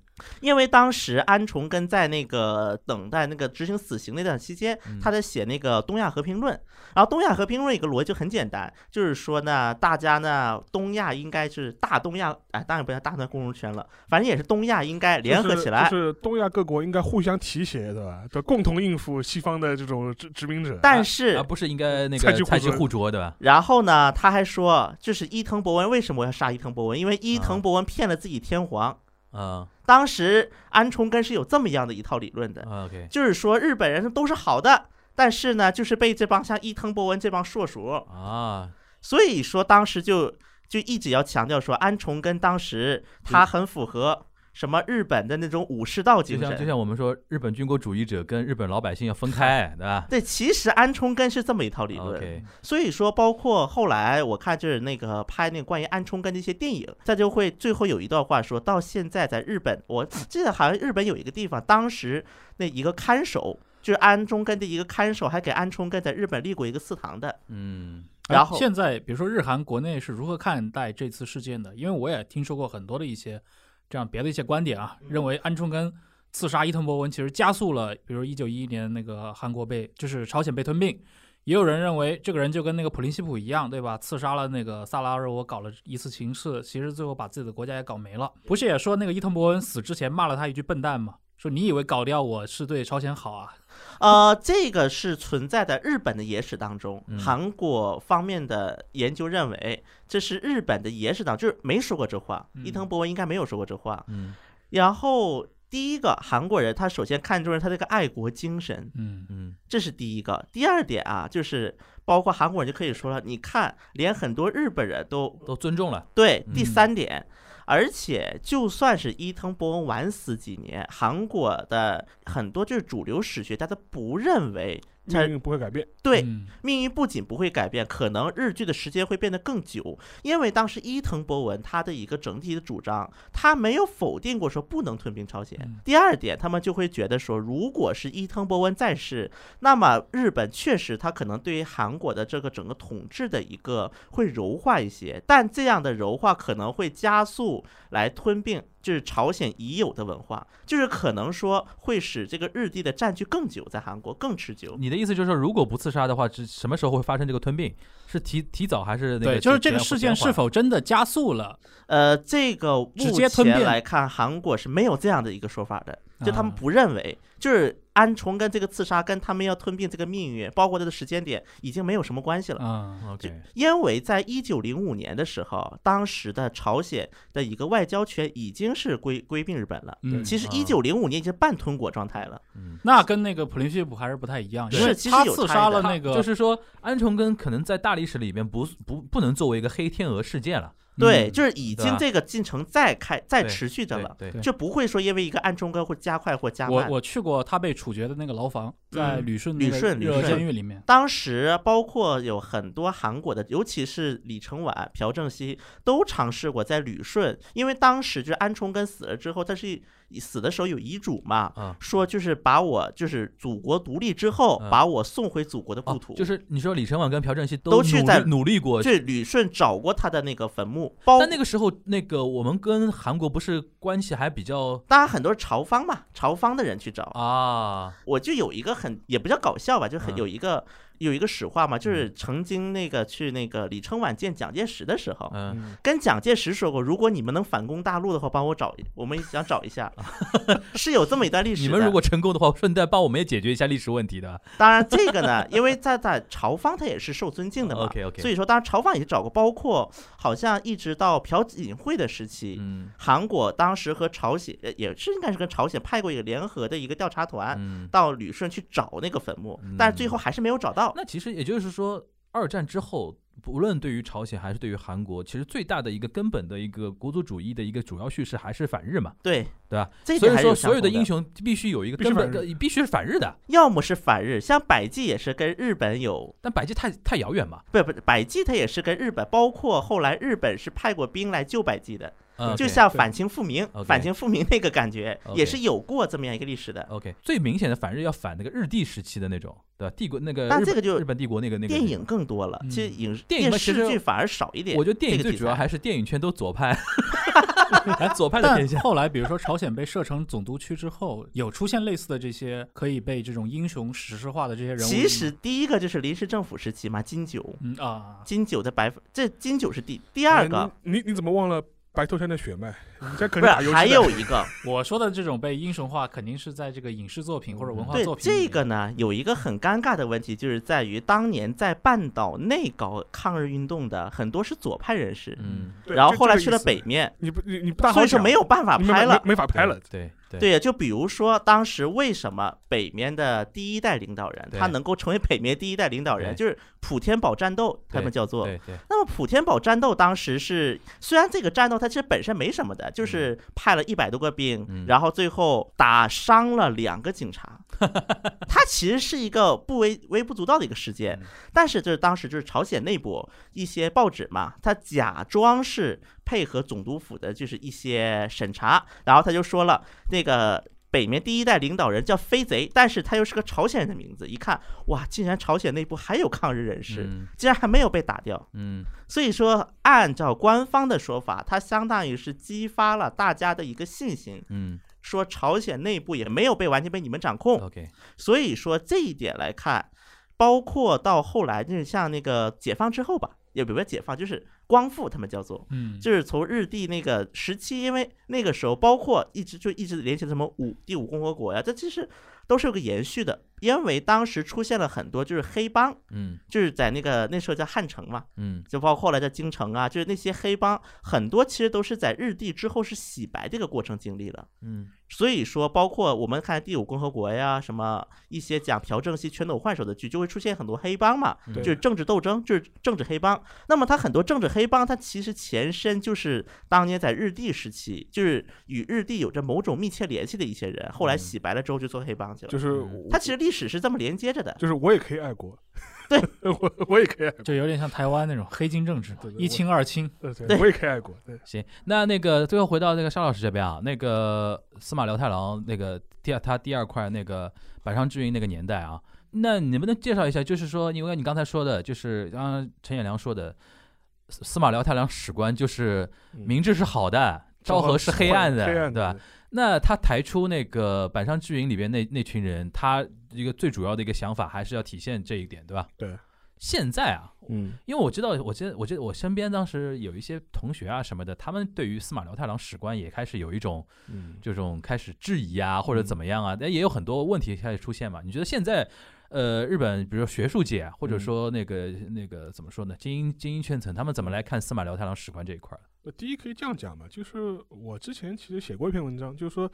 因为当时安重根在那个等待那个执行死刑那段期间嗯，他在写那个《东亚和平论》，然后《东亚和平论》有一个逻辑很简单，就是说呢，大家呢，东亚应该是大东亚，哎，当然不要大东亚共荣圈了，反正也是东亚应该联合就是起来就。是东亚各国应该互相提携，对吧？就共同应付西方的这种殖殖民者。但而是，啊嗯不是应该那菜鸡个互菜鸡啄互啄对吧？然后呢，他还说，就是伊藤博文为什么我要杀伊藤博文？因为伊啊藤博文骗了自己天皇。嗯当时安重根是有这么样的一套理论的，啊，OK，就是说日本人都是好的，但是呢，就是被这帮像伊藤博文这帮硕鼠，啊，所以说当时就就一直要强调说安重根当时他很符合什么日本的那种武士道就精像就神。像我们说，日本军国主义者跟日本老百姓要分 开，对吧？对，其实安重根是这么一套理论，啊 OK，所以说包括后来我看就是那个拍那个关于安重根的一些电影，他就会最后有一段话说到现在在日本，我记得好像日本有一个地方，当时那一个看守就是安重根的一个看守，还给安重根在日本立过一个祠堂的，嗯，哎然后现在比如说日韩国内是如何看待这次事件的？因为我也听说过很多的一些这样别的一些观点啊，嗯认为安重根刺杀伊藤博文其实加速了，比如一九一一年那个韩国被就是朝鲜被吞并。也有人认为这个人就跟那个普林西普一样，对吧？刺杀了那个萨拉热窝，搞了一次情事，其实最后把自己的国家也搞没了。不是也说那个伊藤博文死之前骂了他一句笨蛋吗？说你以为搞掉我是对朝鲜好啊？呃，这个是存在在日本的野史当中嗯，韩国方面的研究认为这是日本的野史当，就是没说过这话，嗯伊藤博文应该没有说过这话。嗯然后第一个，韩国人他首先看重了他这个爱国精神，嗯嗯这是第一个。第二点啊，就是包括韩国人就可以说了，你看，连很多日本人都都尊重了，对，嗯第三点，而且就算是伊藤博文晚死几年，韩国的很多就是主流史学家他不认为他命运不会改变，对嗯命运不仅不会改变，可能日剧的时间会变得更久，因为当时伊藤博文他的一个整体的主张，他没有否定过说不能吞并朝鲜。嗯第二点，他们就会觉得说，如果是伊藤博文在世，那么日本确实他可能对于韩国的这个整个统治的一个会柔化一些，但这样的柔化可能会加速来吞并。就是朝鲜已有的文化，就是可能说会使这个日帝的占据更久，在韩国更持久。你的意思就是说，如果不刺杀的话，是什么时候会发生这个吞并？是提提早还是那个对，提？就是这提前个事或件迟是缓否真的加速了？呃，这个目直接吞并前来看，韩国是没有这样的一个说法的，就他们啊不认为，就是安重跟这个刺杀跟他们要吞并这个命运，包括它的时间点，已经没有什么关系了。嗯，就 OK？因为在一九零五年的时候，当时的朝鲜的一个外交权已经是归归并日本了。嗯其实啊一九零五年已经半吞国状态了。嗯，那跟那个普林西普还是不太一样，是因为其实他有刺差杀异的了他那个，就是说，安重根可能在大历史里面不不不能作为一个黑天鹅事件了，对，嗯就是已对经吧这个进程在开在对持续着对了，对对就不会说因为一个安重跟会加快或加慢。我我去过他被处决的那个牢房，在嗯旅顺旅顺那旅个热顺监狱里面。当时包括有很多韩国的，尤其是李承晚、朴正熙都尝试过在旅顺，因为当时就是安重根死了之后，他是死的时候有遗嘱嘛，啊。说就是把我就是祖国独立之后嗯，把我送回祖国的故哦土，，就是你说李承晚跟朴正熙都努去力在努力过，这旅顺找过他的那个坟墓，包但那个时候那个我们跟韩国不是关系还比较当然很多朝方嘛，朝方的人去找，啊，我就有一个很也不叫搞笑吧，就很嗯有一个有一个史话嘛，就是曾经那个去那个李承晚见蒋介石的时候，嗯，嗯，跟蒋介石说过，如果你们能反攻大陆的话，帮我找一，我们想找一下， 是有这么一段历史的。你们如果 成功的话，顺带帮我们也解决一下历史问题的。当然这个呢，因为在在朝方他也是受尊敬的嘛哦 OK，OK 所以说当然朝方也找过，包括好像一直到朴槿惠的时期，嗯韩国当时和朝鲜呃也是应该是跟朝鲜派过一个联合的一个调查团。嗯，到旅顺去找那个坟墓，但是最后还是没有找到。那其实也就是说，二战之后，不论对于朝鲜还是对于韩国，其实最大的一个根本的一个国族主义的一个主要叙事还是反日嘛，对对吧？这所点以还是说，有所有相同的的英，雄必须有一个必须根本反的，必须是反日的。要么是反日，像百济也是跟日本有，但百济太太遥远嘛，不不，百济它也是跟日本，包括后来日本是派过兵来救百济的，呃，就 OK 像对反清复明、 OK 反清复明那个感觉 OK 呃也是有过这么样一个历史的。 OK 最明显的反日要反那个日帝时期的那种，对吧？帝国那个但日这本个就日本帝国那个那个电影更多了，其实影视电影嘛电其视实剧反而少一点。我觉得电影这个最题主要材还是电影圈都 左派， 左派的但天下。后来，比如说朝鲜被设成总督区之后，有出现类似的这些可以被这种英雄史诗化的这些人物吗。其实第一个就是临时政府时期嘛，金九，嗯啊，金九的白这金九是第第二个哎，你你你怎么忘了白头山的血脉？你这可不能打是游击还的有一个，我说的这种被英雄化，肯定是在这个影视作品或者文化对作品。这个，呢，有一个很尴尬的问题，就是在于当年在半岛内搞抗日运动的很多是左派人士，嗯，对然后就后来这去个了意思北面，你不你你不大所好以说想，没有办法你没法拍了。没没法拍了。对对对，就比如说当时为什么北面的第一代领导人，他对能够成为北面第一代领导人，对就是普天堡战斗，他对们叫做。对对，那么普天堡战斗当时是，虽然这个战斗它其实本身没什么的，就是派了一百多个兵，嗯然后最后打伤了两个警 察，它其实是一个不微微不足道的一个事件嗯，但是就是当时就是朝鲜内部一些报纸嘛，它假装是配合总督府的就是一些审查，然后他就说了那个。北面第一代领导人叫飞贼，但是他又是个朝鲜人的名字。一看，哇，竟然朝鲜内部还有抗日人士，嗯竟然还没有被打掉。嗯所以说，按照官方的说法，它相当于是激发了大家的一个信心，嗯说朝鲜内部也没有被完全被你们掌控。 ，OK，所以说这一点来看，包括到后来就是像那个解放之后吧，也不是解放，就是光复，他们叫做。嗯，就是从日帝那个时期，因为那个时候包括一直就一直联系什么五第五共和国呀，这其实都是有个延续的，因为当时出现了很多就是黑帮，嗯就是在那个那时候叫汉城嘛，嗯就包括后来在京城啊，就是那些黑帮，很多其实都是在日帝之后是洗白这个过程经历了。嗯所以说，包括我们看第五共和国呀，什么一些讲朴正熙全斗焕手的剧，就会出现很多黑帮嘛，嗯就是政治斗争，就是政治黑帮。那么它很多政治黑帮，它其实前身就是当年在日帝时期，就是与日帝有着某种密切联系的一些人，后来嗯洗白了之后就做黑帮去了。就是嗯我它其实历史是这么连接着的。就是我也可以爱国， 对 我我也可以爱国，就有点像台湾那种黑金政治对，对一清二清。对对对我也可以爱国。对，行，那那个最后回到那个沙老师这边啊，那个司马辽太郎那个第二他第二块那个板上之云那个年代啊，那你能不能介绍一下？就是说，因为你刚才说的，就是刚刚陈彦良说的，呃司司马辽太郎史观就是嗯明治是好的，昭和是黑暗的，黑暗对吧？？那他抬出那个板上之云里边那那群人，他一个最主要的一个想法还是要体现这一点，对吧？对。现在啊，嗯，因为我知道，我记得，我记得我身边当时有一些同学啊什么的，他们对于司马辽太郎史观也开始有一种嗯这种开始质疑啊，或者怎么样啊，但也有很多问题开始出现嘛。你觉得现在，呃，日本比如说学术界、啊，嗯或者说那个、那个怎么说呢，精英精英圈层，他们怎么来看司马辽太郎史观这一块儿？那第一可以这样讲嘛，就是我之前其实写过一篇文章，就是说，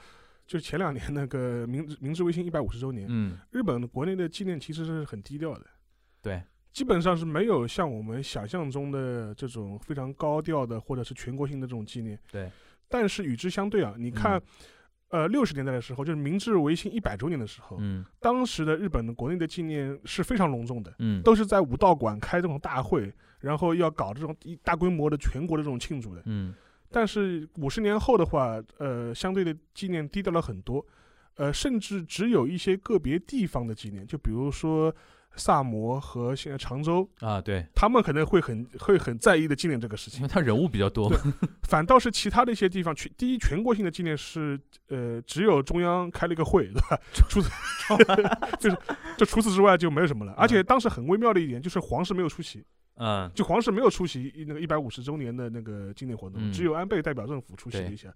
就是前两年那个明治明治维新一百五十周年，嗯，日本国内的纪念其实是很低调的，对，基本上是没有像我们想象中的这种非常高调的或者是全国性的这种纪念。对，但是与之相对啊，你看嗯，呃，六十年代的时候，就是明治维新一百周年的时候，嗯当时的日本的国内的纪念是非常隆重的，嗯，都是在武道馆开这种大会，然后要搞这种一大规模的全国的这种庆祝的。嗯但是五十年后的话，呃，相对的纪念低调了很多，呃，甚至只有一些个别地方的纪念，就比如说萨摩和现在常州，啊，对，他们可能会很会很在意的纪念这个事因情。为他人物比较多嘛，反倒是其他的一些地方，全第一全国性的纪念是呃，只有中央开了一个会，对吧？除此 就是就除此之外就没有什么了。而且当时很微妙的一点就是皇室没有出席，嗯，就皇室没有出席一那个一百五十周年的那个纪念活动，嗯只有安倍代表政府出席了对一下。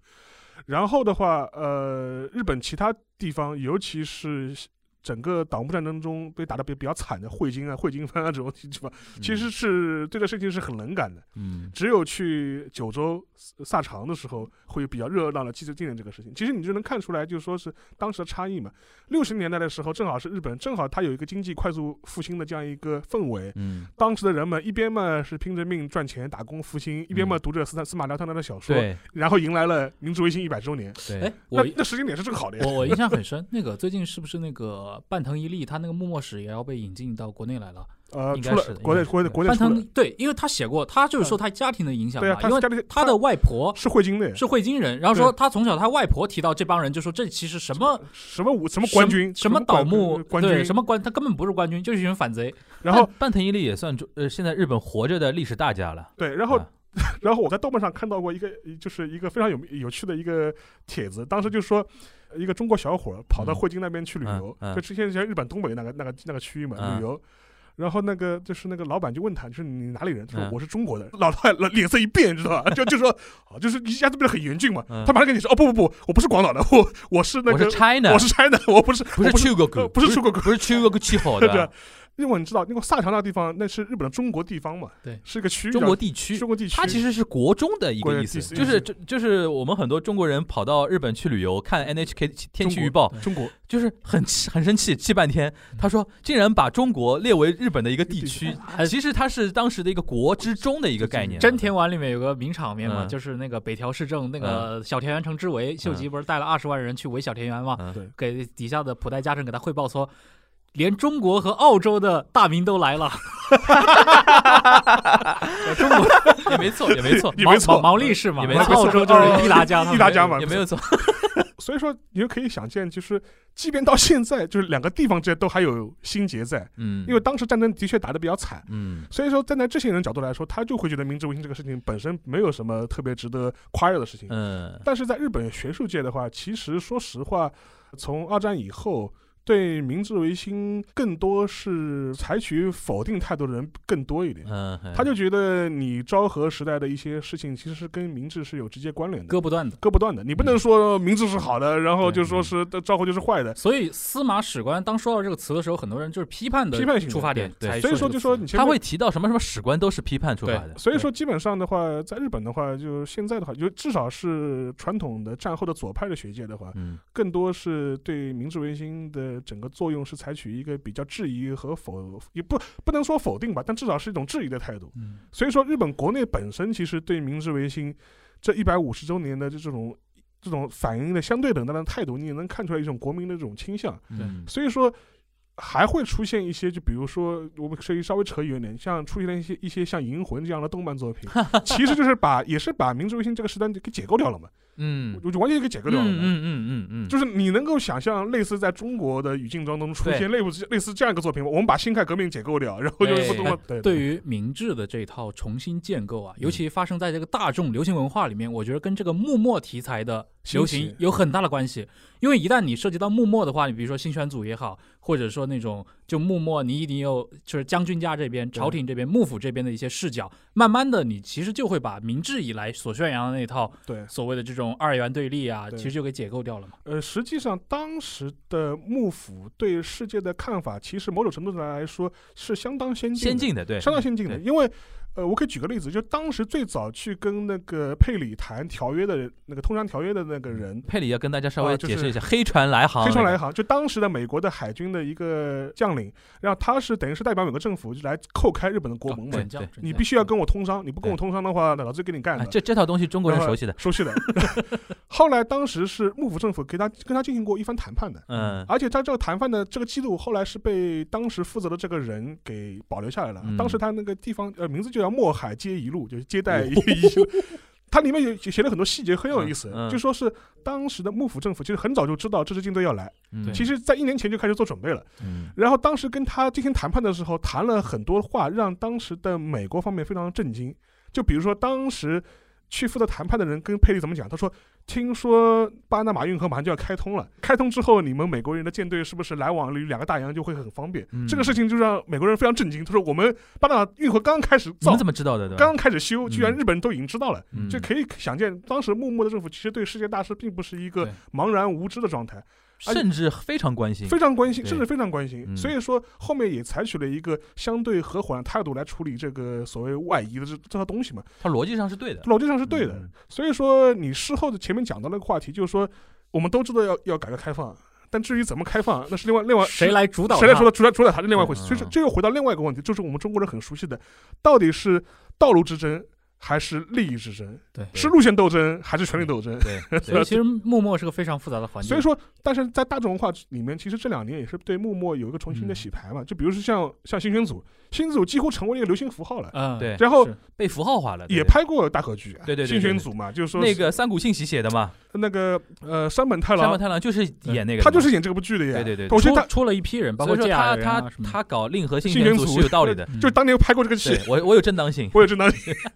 然后的话，呃，日本其他地方，尤其是整个岛幕战争中被打得比比较惨的汇金啊、汇金番啊这种地方，其实是对这事情是很冷感的。嗯，只有去九州呃萨长的时候，会比较热闹的记纪念这个事情。其实你就能看出来，就是说是当时的差异嘛。六十年代的时候，正好是日本正好它有一个经济快速复兴的这样一个氛围。嗯，当时的人们一边嘛是拼着命赚钱打工复兴，一边嘛嗯读着司司马辽太郎的小说，对然后迎来了明治维新一百周年。对哎，，那我那时间点是正好 的呀。我我印象很深，那个最近是不是那个半藤一力他那个幕末史也要被引进到国内来了？呃，应出该是了的国内应该是国内的国内半出了藤，对，因为他写过，他就是受他家庭的影响对啊嘛，，他因为家里他的外婆是汇金的呀，是汇金人，然后说他从小他外婆提到这帮人，就说这其实什么什么武什么官军什么倒幕，官对军什么，么官，他根本不是官军，就是一群反贼。然后半半藤一力也算中呃现在日本活着的历史大家了，对，然后啊 然后我在豆瓣上看到过一个，呃就是一个非常有有趣的一个帖子，当时就说。呃一个中国小伙儿跑到嗯汇金那边去旅游，嗯嗯就之前在日本东北那个那个那个区域嘛、嗯旅游，然后那个就是那个老板就问他，就是你哪里人？他说嗯我是中国的。老太老 脸色一变，知道吧？就就说啊，就是一下子变得很严峻嘛。嗯他马上跟你说，哦不不不，我不是广岛的，我我是那我个是 China，我是 China，我不是不我是不是去过呃国，不是去过国不是去过个气候的 对，啊因为你知道那个萨长那个地方，那是日本的中国地方嘛，对是一个区域叫，中国地区中。国地区，它其实是国中的一国个的意意思，思就是就就是我们很多中国人跑到日本去旅游，看 NHK 天气预报，中国嗯就是很气很生气，气半天。他说，竟然把中国列为日本的一个地区，还其实它是当时的一个国之中的一个概念。啊真田丸里面有个名场面嘛，嗯就是那个北条氏政那个小田园城之围，秀吉不是带了二十万人去围小田园嘛，嗯对给底下的普代家臣给他汇报说。连中国和澳洲的大名都来了，中国 也 没错，也没错，也没错毛毛利是嘛，也没错那澳洲就是伊达家他 们，一达家嘛，也没有错。哦所以说，你就可以想见，就是即便到现在，就是两个地方之间都还有心结在，嗯，因为当时战争的确打得比较惨。嗯所以说，站在这些人角度来说，他就会觉得明治维新这个事情本身没有什么特别值得夸耀的事情。嗯但是在日本学术界的话，其实说实话，从二战以后，对明治维新更多是采取否定态度的人更多一点。嗯，他就觉得你昭和时代的一些事情，其实是跟明治是有直接关联的。割不断的。割不断的，你不能说明治是好的，然后就说嗯是昭和就是坏的，所以司马史官当说到这个词的时候，很多人就是批判的批判性的出发点对对才所以这说个就说词你前他面会提到什么什么史官都是批判出发的。所以说基本上的话，在日本的话，就现在的话，就至少是传统的战后的左派的学界的话，嗯更多是对明治维新的整个作用是采取一个比较质疑和否，也不不能说否定吧，但至少是一种质疑的态度。嗯所以说，日本国内本身其实对明治维新这一百五十周年的这种这种反应的相对冷淡的态度，你也能看出来一种国民的这种倾向。嗯所以说还会出现一些，就比如说我们可以稍微扯远点，像出现了一些一些像《银魂》这样的动漫作品，其实就是把也是把明治维新这个时代给解构掉了嘛，嗯我就完全给解构掉了嗯嘛。嗯嗯嗯，就是你能够想象，类似在中国的语境当中出对现类似类似这样一个作品吗，我们把辛亥革命解构掉，然后就对不动了。对对于明治的这一套重新建构嗯啊，尤其发生在这个大众流行文化里面，我觉得跟这个幕末题材的流兴行起有很大的关系。因为一旦你涉及到幕末的话，你比如说新选组也好，或者说那种就幕末，你一定有就是将军家这边、朝廷这边、幕府这边的一些视角，慢慢的你其实就会把明治以来所宣扬的那套对，所谓的这种二元对立啊，对其实就给解构掉了嘛。呃，实际上当时的幕府对世界的看法，其实某种程度上来说是相当先进的先进的对，相当先进的，对因为呃，我可以举个例子，就当时最早去跟那个佩里谈条约的那个通商条约的那嗯个人，佩里要跟大家稍啊微就解是释一下，黑船来航，黑船来航，就当时的美国的海军的一个将领，然后他是等于是代表美国政府就来扣开日本的国门嘛哦对，准将对，准你将必须要跟我通商，你不跟我通商的话，那老子给你干嗯哎了。这这套东西中国人然后熟悉的，熟悉的。 后来当时是幕府政府给他跟他进行过一番谈判的。 嗯而且他这个谈判的这个记录后来是被当时负责的这个人给保留下来了。嗯 当时他那个地方呃名字就叫墨海街一路，就是接待一路。它里面有写了很多细节，很有意思。嗯嗯就说是当时的幕府政府其实很早就知道这支军队要来，嗯其实在一年前就开始做准备了。嗯然后当时跟他进行谈判的时候，谈了很多话，让当时的美国方面非常震惊。就比如说，当时去负责谈判的人跟佩利怎么讲？他说：“听说巴拿马运河马上就要开通了，开通之后，你们美国人的舰队是不是来往于两个大洋就会很方便？”嗯这个事情就让美国人非常震惊。他说：“我们巴拿马运河刚开始你造们，怎么知道的？对吧刚刚开始修，居然嗯日本人都已经知道了。嗯就可以想见，当时幕末的政府其实对世界大事并不是一个对茫然无知的状态。而且甚至非常关心，啊非常关心，对甚至非常关心。嗯所以说后面也采取了一个相对和缓的态度来处理这个所谓外移的这这套东西嘛，他逻辑上 是对的，逻辑上是对的。嗯所以说你事后的前面讲到那个话题，就是说我们都知道要要改革开放，但至于怎么开放， 那是另外另外谁来主导它？谁来说的主导主导它是另外一回事。对所以说嗯这又回到另外一个问题，就是我们中国人很熟悉的，到底是道路之争还是利益之争？对是路线斗争还是权力斗争？对所以对，其实幕末是个非常复杂的环境。呃所以说，但是在大众文化里面，其实这两年也是对幕末有一个重新嗯的洗牌嘛。就比如说像像新选组，新组几乎成为了一个流行符号了，嗯，对然后是被符号化了，啊对也对拍过大合剧啊。对对对新对选对组嘛，就是说那是个三谷幸喜写的嘛，那个呃山本太山郎本，太郎就是演那个的嘛，他就是演这个部剧的呀。对对对我觉得出他出了一批人，包所括以说这他样的他他搞令和信信玄玄组组是有道理的， 就当年拍过这个戏对，我我有正当性，我也知道你。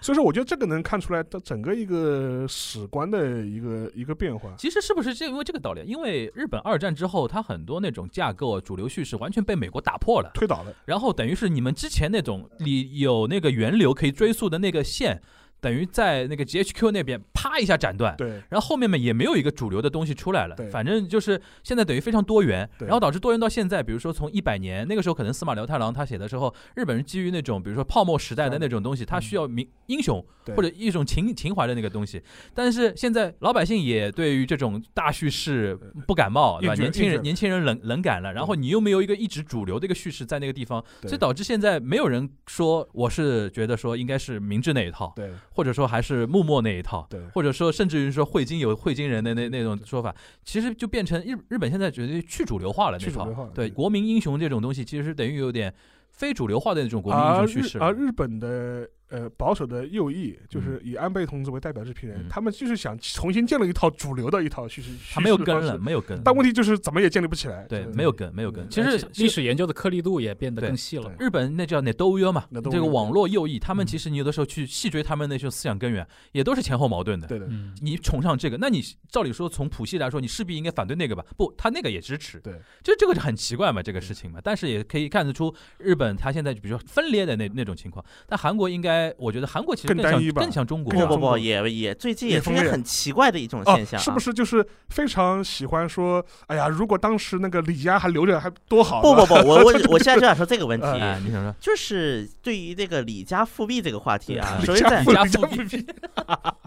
所以说，我觉得这个能看出来它整个一个史观的一个一个变化。其实是不是就因为这个道理？啊因为日本二战之后，它很多那种架构啊、主流叙事完全被美国打破了，推倒了，然后等于是你们之前那种里有那个源流可以追溯的那个线，等于在那个 GHQ 那边啪一下斩断。对然后后面嘛也没有一个主流的东西出来了对，反正就是现在等于非常多元，对然后导致多元到现在，比如说从一百年那个时候，可能司马辽太郎他写的时候，日本人基于那种比如说泡沫时代的那种东西，他需要民英雄对或者一种情情怀的那个东西，但是现在老百姓也对于这种大叙事不感冒，对吧？厌倦年轻厌人倦年轻人冷冷感了，然后你又没有一个一直主流的一个叙事在那个地方，对所以导致现在没有人说我是觉得说应该是明治那一套，对或者说还是幕末那一套，对或者说甚至于说汇金有汇金人的那那种说法，其实就变成日日本现在觉得去主流化了那去主套流化了，对对国民英雄这种东西，其实是等于有点非主流化的那种国民英而啊雄叙日事了。而日本的呃保守的右翼，就是以安倍同志为代表这批人，嗯他们就是想重新建立一套主流的一套叙事，他没有叙事根方式了，。没有根，但问题就是怎么也建立不起来。就对是嗯没有根，没有根。其而实且历史研究的颗粒度也变得对更细了对。日本那叫 n e d o y o 嘛， Nedoyo，这个网络右翼，他们嗯其实你有的时候去细追他们那些思想根源，也都是前后矛盾的。对的，嗯，你崇尚这个，那你照理说从谱系来说，你势必应该反对那个吧？不，他那个也支持。对，嗯就这个就很奇怪嘛，这个事情嘛。但是也可以看得出，日本它现在比如说分裂的那那种情况，但韩国应该，我觉得韩国其实更更单像一吧更像中国更吧。像不中不国不，也也最近也也出分现裂很奇怪的一种哦现，象、啊是不？是就是非常喜欢说，哎呀，如果当时那个李家还留着，还多好呢。啊不不 不，我我我现在就想说这个问题，哎，你想说？就是对于这个李家复辟这个话题啊，对首李先家 在不家李家富不比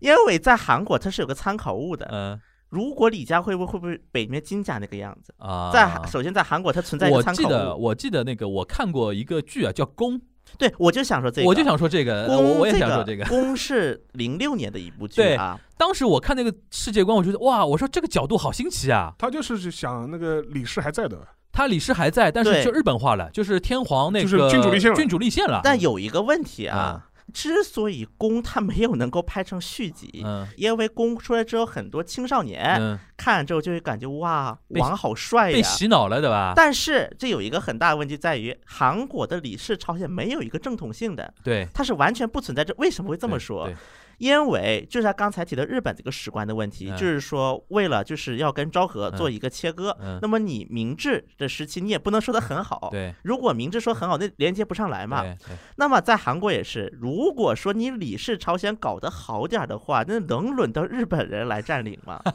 因为在韩国它是有个参考物的，嗯如果李家会不会会不会北面金甲那个样子？啊，在首先在韩国它存在一个我参记考得物，我记得那个我看过一个剧啊，叫《宫》，对我就想说这个，我就想说这个，呃宫我我也想说这这个。 宫是零六年的一部剧对啊，当时我看那个世界观，我觉得哇，我说这个角度好新奇啊。他就是想那个李氏还在的，他李氏还在，但是对就日本化了，就是天皇那个就是君主立宪了君主立宪了。但有一个问题啊，之所以宫它没有能够拍成续集，嗯因为宫出来之后，很多青少年、嗯，看了之后就会感觉哇，被王好帅被哎呀。洗脑了，对吧？但是这有一个很大的问题在于，韩国的李氏朝鲜没有一个正统性的，对，它是完全不存在这。为什么会这么对说？呃对因为就是他刚才提的日本这个史观的问题，嗯就是说为了就是要跟昭和做一个切割，嗯那么你明治的时期你也不能说的很好。对如果明治说很好，那连接不上来嘛。对对那么啊在韩国也是，如果说你李氏朝鲜搞得好点儿的话，那能轮到日本人来占领吗？啊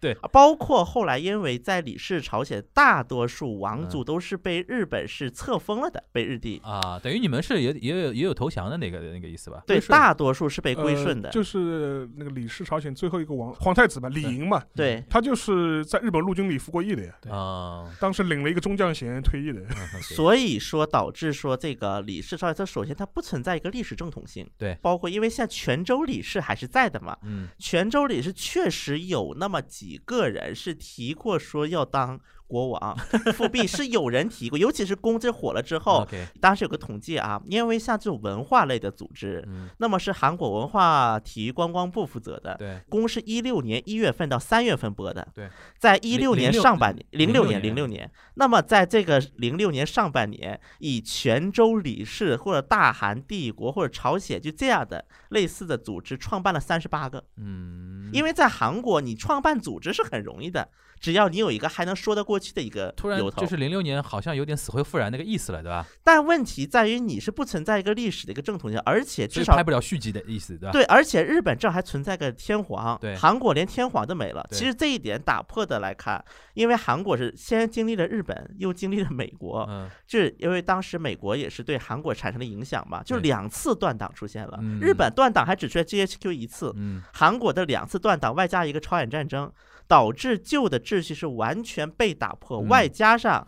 对，包括后来因为在李氏朝鲜，大多数王族都是被日本是册封了的，被日帝。啊，等于你们是也也有也有投降的那个那个意思吧？对，就是大多数是被归顺的呃。就是那个李氏朝鲜最后一个王皇太子嘛，李瀛嘛，对，他就是在日本陆军里服过役的呀，啊， 嗯当时领了一个中将衔退役的。 所以说导致说这个李氏朝鲜，它首先它不存在一个历史正统性。对包括因为现在泉州李氏还是在的嘛，嗯泉州里是确实有那么几个人是提过说要当国网复辟是有人提过，尤其是公知火了之后， ，OK，当时有个统计啊，因为像这种文化类的组织，嗯，那么是韩国文化体育观光部负责的。对，公是一六年一月份到三月份播的，对，在一六06年上半年，零六06年零年六年，那么在这个零六年上半年，以泉州李氏或者大韩帝国或者朝鲜就这样的类似的组织创办了三十八个，嗯，因为为在韩国你创办组织是很容易的，只要你有一个还能说得过去的一个突然由头就，是零六年好像有点死灰复燃那个意思了，对吧？但问题在于你是不存在一个历史的一个正统性，而且所至以少拍不了续集的意思，对吧？对，而且日本这还存在个天皇，对韩国连天皇都没了。其对实这一点打破的来看，因为韩国是先经历了日本，又经历了美国，嗯，就是因为当时美国也是对韩国产生了影响嘛，就是对两次断档出现了。嗯日本断档还只出现 GHQ 一次，嗯韩国的两次断档外加一个朝鲜战争，导致旧的秩序是完全被打破，嗯外加上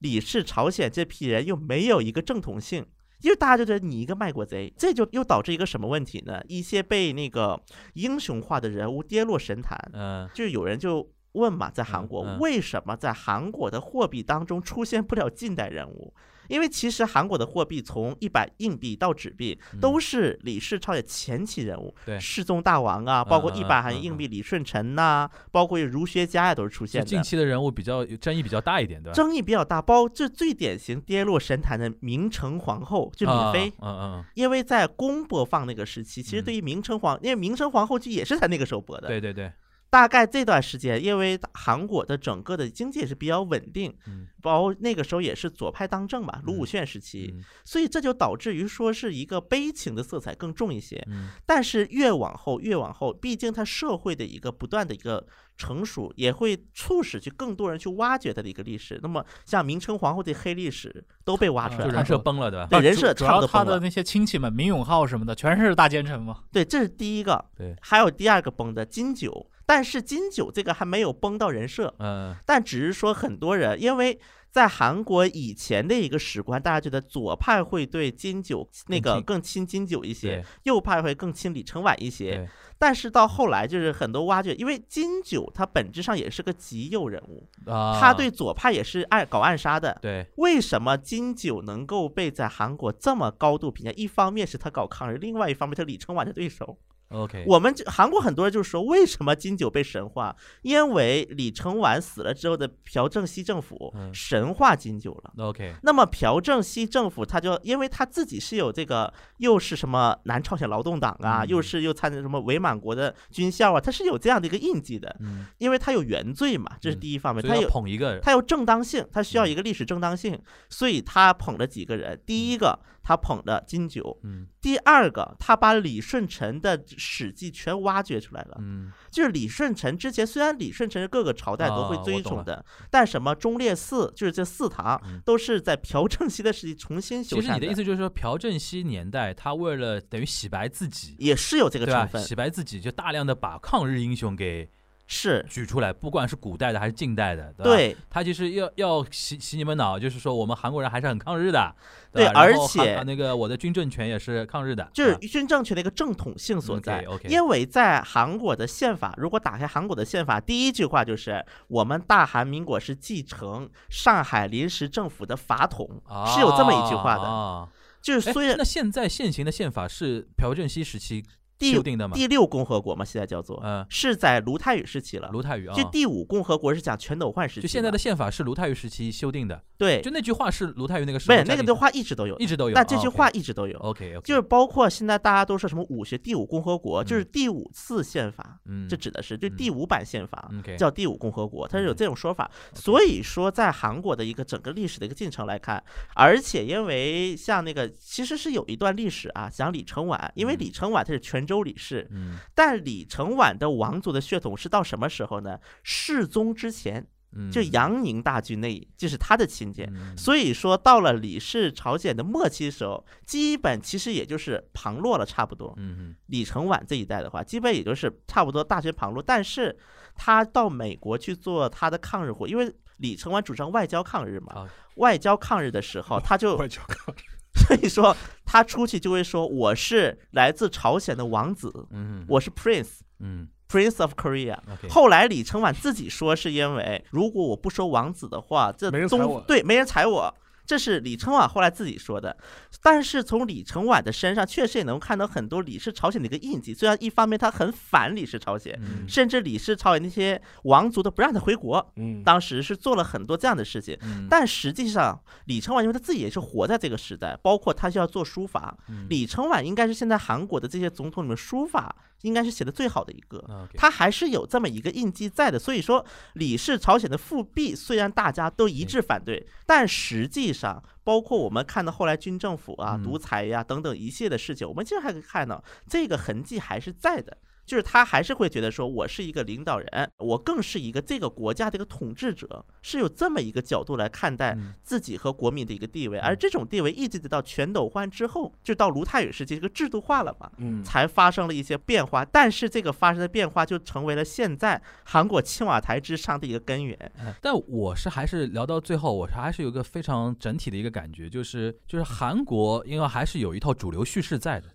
李氏朝鲜这批人又没有一个正统性。因为大家就觉得你一个卖国贼，这就又导致一个什么问题呢？一些被那个英雄化的人物跌落神坛，嗯就有人就问嘛，在韩国、嗯嗯为什么在韩国的货币当中出现不了近代人物？因为其实韩国的货币从一百硬币到纸币嗯都是李氏朝鲜前期人物，对世宗大王啊，包括嗯嗯一百嗯韩嗯硬币李舜臣呐、包括有儒学家呀、都是出就现近的。期的人物比较争议比较大一点，对吧？争议比较大，包这最典型跌落神坛的明成皇后，就敏啊妃，嗯嗯，因为在公播放那个时期，其实对于明成皇，因为明成皇后剧也是在那个时候播嗯的，对对对，大概这段时间，因为韩国的整个的经济也是比较稳定，嗯包括那个时候也是左派当政嘛，卢武铉时期，嗯所以这就导致于说是一个悲情的色彩更重一些。嗯，但是越往后，越往后，毕竟它社会的一个不断的一个成熟，也会促使去更多人去挖掘它的一个历史。那么像明成皇后的黑历史都被挖出对来就啊了人。设崩了，对吧？对啊人主设主差不要多他崩了的那些亲戚们，明永浩什么的，全是大奸臣嘛。对，这是第一个。对还有第二个崩的金九，但是金九这个还没有崩到人设。嗯，但只是说很多人，因为在韩国以前的一个史观，大家觉得左派会对金九那个亲更亲金九一些对，右派会更亲李承晚一些对。但是到后来，就是很多挖掘，因为金九他本质上也是个极右人物，啊，他对左派也是暗搞暗杀的。对为什么金九能够被在韩国这么高度评价？一方面是他搞抗日，另外一方面他李承晚的对手。 ，OK，我们这韩国很多人就说，为什么金九被神化？因为李承晚死了之后的朴正熙政府嗯神化金九了。 OK，那么朴正熙政府他就因为他自己是有这个，又是什么南朝鲜劳动党啊，嗯又是又参加什么伪满国的军校啊，他是有这样的一个印记的，嗯，因为他有原罪嘛，这是嗯第一方面，所他以有要捧一个，他有正当性，他需要嗯一个历史正当性，所以他捧了几个人，第一个他捧了金九，嗯第二个，他把李舜臣的史记全挖掘出来了。嗯，就是李舜臣之前，虽然李舜臣是各个朝代都会啊追我懂崇了的，但什么忠烈祠，就是这四堂、嗯都是在朴正熙的时期重新修其实缮你的意思就是说，朴正熙年代他为了等于洗白自己。也是有这个对成吧？分，洗白自己，就大量的把抗日英雄给是举出来，不管是古代的还是近代的，对吧？对他其实要要洗洗你们脑，就是说我们韩国人还是很抗日的，吧对然后而且韩那个我的军政权也是抗日的，就是对吧军政权的一个正统性所啊嗯在。 ，OK，OK 因为在韩国的宪法，如果打开韩国的宪法，第一句话就是我们大韩民国是继承上海临时政府的法统，是有这么一句话的。啊就是哦哎虽然那现在现行的宪法是朴正熙时期第修订的吗？第六共和国嘛，现在叫做，嗯，是在卢泰愚时期了。卢泰愚啊，就第五共和国是讲全斗焕时期嘛，就现在的宪法是卢泰愚时期修订的，对就，那句话是卢泰愚那个时不候是那加进去个的的话一直都有，一直都有。但这啊句话一直都有， ，OK OK，就是包括现在大家都说什么五学第五共和国，就是第五次宪法，嗯，这指的是就嗯第五版宪法。 OK，嗯叫第五共和国，它是有这种说法，所以说在韩国的一个整个历史的一个进程来看，而且因为像那个其实是有一段历史啊，讲李承晚，因为嗯李承晚他是泉州李氏，嗯但李承晚的王族的血统是到什么时候呢？世宗之前，嗯，就杨宁大军那一，就是他的亲戚。嗯，所以说，到了李氏朝鲜的末期时候，基本其实也就是旁落了，差不多。嗯李承晚这一代的话，基本也就是差不多大学旁落。但是，他到美国去做他的抗日活，因为李承晚主张外交抗日嘛啊。外交抗日的时候，他就外交抗日所以说他出去就会说我是来自朝鲜的王子，嗯嗯我是 prince。嗯 Prince of Korea。 OK，后来李承晚自己说，是因为如果我不收王子的话，这没人东踩我对没人踩我，这是李承晚后来自己说的。但是从李承晚的身上，确实也能看到很多李氏朝鲜的一个印记。虽然一方面他很反李氏朝鲜，嗯甚至李氏朝鲜那些王族都不让他回国，嗯，当时是做了很多这样的事情。嗯但实际上，李承晚因为他自己也是活在这个时代，包括他需要做书法，嗯李承晚应该是现在韩国的这些总统里面书法应该是写的最好的一个。嗯 OK 他还是有这么一个印记在的。所以说，李氏朝鲜的复辟虽然大家都一致反对，但实际上，包括我们看到后来军政府啊、嗯独裁呀、等等一系列的事情，我们其实还可以看到这个痕迹还是在的。就是他还是会觉得说，我是一个领导人，我更是一个这个国家的一个统治者，是有这么一个角度来看待嗯自己和国民的一个地位，而这种地位一直到全斗焕之后，就到卢泰愚时期，这个制度化了嘛，嗯才发生了一些变化。但是这个发生的变化就成为了现在韩国青瓦台之上的一个根源。哎但我是还是聊到最后，我是还是有一个非常整体的一个感觉，就是就是韩国因为还是有一套主流叙事在的，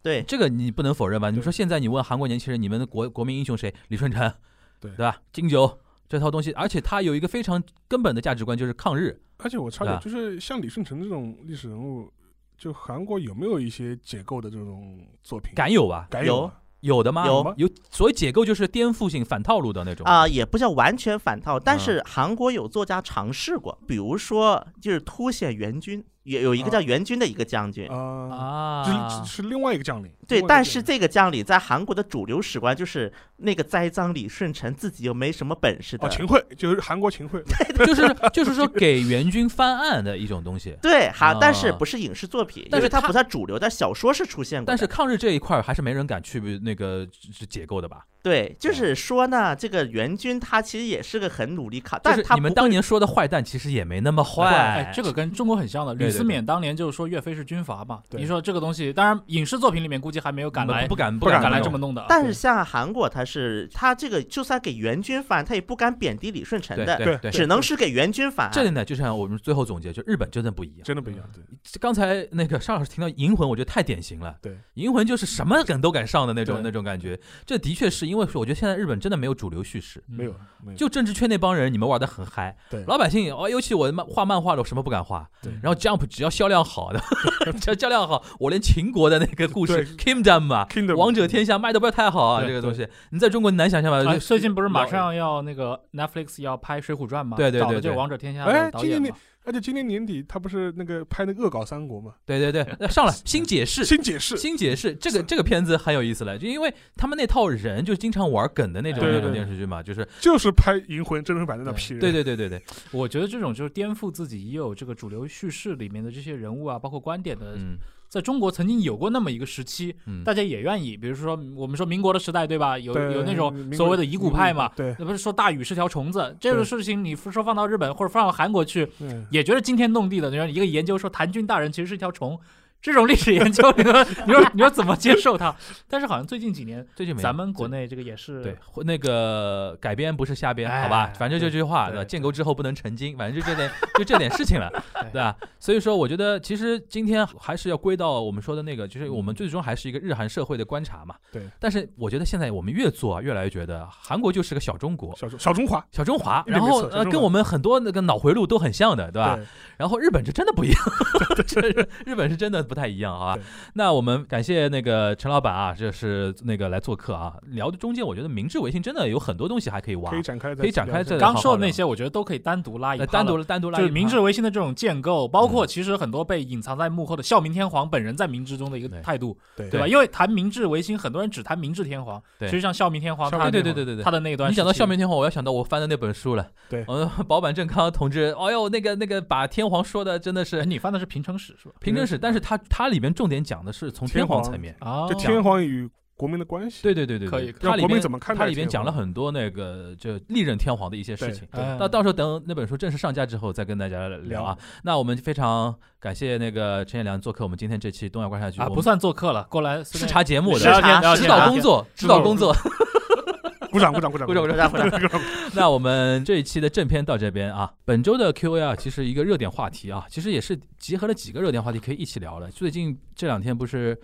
对，这个你不能否认吧？你对说现在你问韩国年轻人，你们的国国民英雄谁？李舜臣，对吧？金九这套东西，而且他有一个非常根本的价值观，就是抗日。而且我插对点，吧就是像李舜臣这种历史人物，就韩国有没有一些解构的这种作品？敢有吧？敢有啊，有的吗？有吗有，所谓解构就是颠覆性、反套路的那种啊、。也不叫完全反套，但是韩国有作家尝试过，比如说就是凸显元军，也有一个叫元军的一个将军，啊，啊这，是另外一个将领。对，另外一个但是将这个将领在韩国的主流史观就是那个栽赃李舜臣自己又没什么本事领的哦，，秦桧就是韩国秦桧， 就是就是说给援军翻案的一种东西。对，还但是啊不是影视作品，但因为是它它不算主流，但小说是出现过的。但是抗日这一块儿还是没人敢去那个解构的吧？对，就是说呢，这个援军他其实也是个很努力抗，就但是是他你们不当会年说的坏蛋，其实也没那么坏哎，。这个跟中国很像的。对吕对思勉当年就是说岳飞是军阀嘛，对你说这个东西，当然影视作品里面估计还没有敢来不敢不不敢敢来弄这么弄的啊。但是像韩国，他是他这个就算给援军翻，他也不敢贬低李舜臣对的，对对对。只能是啊给援军翻。这里呢，就像我们最后总结，就日本真的不一样。真的不一样。对，刚才那个沙老师听到《银魂》，我觉得太典型了。对， 《银魂》就是什么梗都敢上的那种对那种感觉。这的确是因为我觉得现在日本真的没有主流叙事，嗯没有，没有。就政治圈那帮人，你们玩的很嗨。对老百姓哦，尤其我漫画漫画的，我什么不敢画。对然后 Jump 只要销量好的， 只要销量好，我连秦国的那个故事 Kingdom 嘛， Kingdom 王者天下卖的不要太好啊，对这个东西你在中国你难想象吧？啊就最近不是马呃老上要那个 Netflix 要拍《水浒传》吗？对对对找的就是对《王者天下》哎的导今演年嘛。而且今年年底他不是那个拍那个《恶搞三国》嘛？对对对，那上来新 解释，新解释，新解释这个这个片子很有意思了，就因为他们那套人就经常玩梗的那种对那对种对电视剧嘛，就是就是拍《银魂》真人版的那批人。对对对对对，我觉得这种就是颠覆自己已有这个主流叙事里面的这些人物啊，包括观点的，嗯在中国曾经有过那么一个时期，嗯，大家也愿意，比如说我们说民国的时代，对吧？有对有那种民所国谓的遗骨派嘛，对，那不是说大禹是条虫子这种对事情，你说放到日本或者放到韩国去，嗯，也觉得惊天动地的。你说一个研究说谭俊大人其实是一条虫，这种历史研究，你说你说你说怎么接受它？但是好像最近几年，最近没有咱们国内这个也是对或那个改编不是瞎编，哎好吧，反正就这句话，对对吧？对建国之后不能成精，反正就这点 就这点事情了，对对吧？所以说，我觉得其实今天还是要归到我们说的那个，就是我们最终还是一个日韩社会的观察嘛。对。但是我觉得现在我们越做啊，越来越觉得韩国就是个小中国。小中小中华，小中华，对然后没错小呃，中跟华我们很多那个脑回路都很像的，对吧？对，然后日本这真的不一样，这日本是真的不太一样啊对。那我们感谢那个陈老板啊，这是那个来做客啊。聊的中间，我觉得明治维新真的有很多东西还可以挖可，以展开再可以展开聊一下这刚说的那些，我觉得都可以单独拉一呃趴单了独单独拉就一是明趴嗯治维新的这种建构，包括其实很多被隐藏在幕后的孝明天皇本人在明治中的一个对态度，对对吧？因为谈明治维新，很多人只谈明治天皇，其对实像孝明天皇，孝他对对对对对对他。的那段时期，你讲到孝明天皇， 我要想到我翻的那本书了。对我们 保坂正康同志，哎呦，那个那个把天皇说的真的 哎，是你翻的是平成史是吧？平正史，但是他他里面重点讲的是从天天皇皇层面。啊，就天皇与国民的关系。对对对对，可以对可以它里国民面怎么看待它里面天讲了皇很多那个就历任天皇的一些事对情。对哎那到时候等那本书正式上架之后再跟大家聊啊。那我们非常感谢那个陈彦良做客我们今天这期东亚观察局啊，我们不算做客了，过来视察节目我视的察指导工作，指导工作。 鼓掌鼓掌鼓掌鼓掌鼓掌鼓掌不然不然那我们这一期的正片到这边啊，本周的 Q&A 啊，其实一个热点话题啊，其实也是集合了几个热点话题可以一起聊了。最近这两天不是。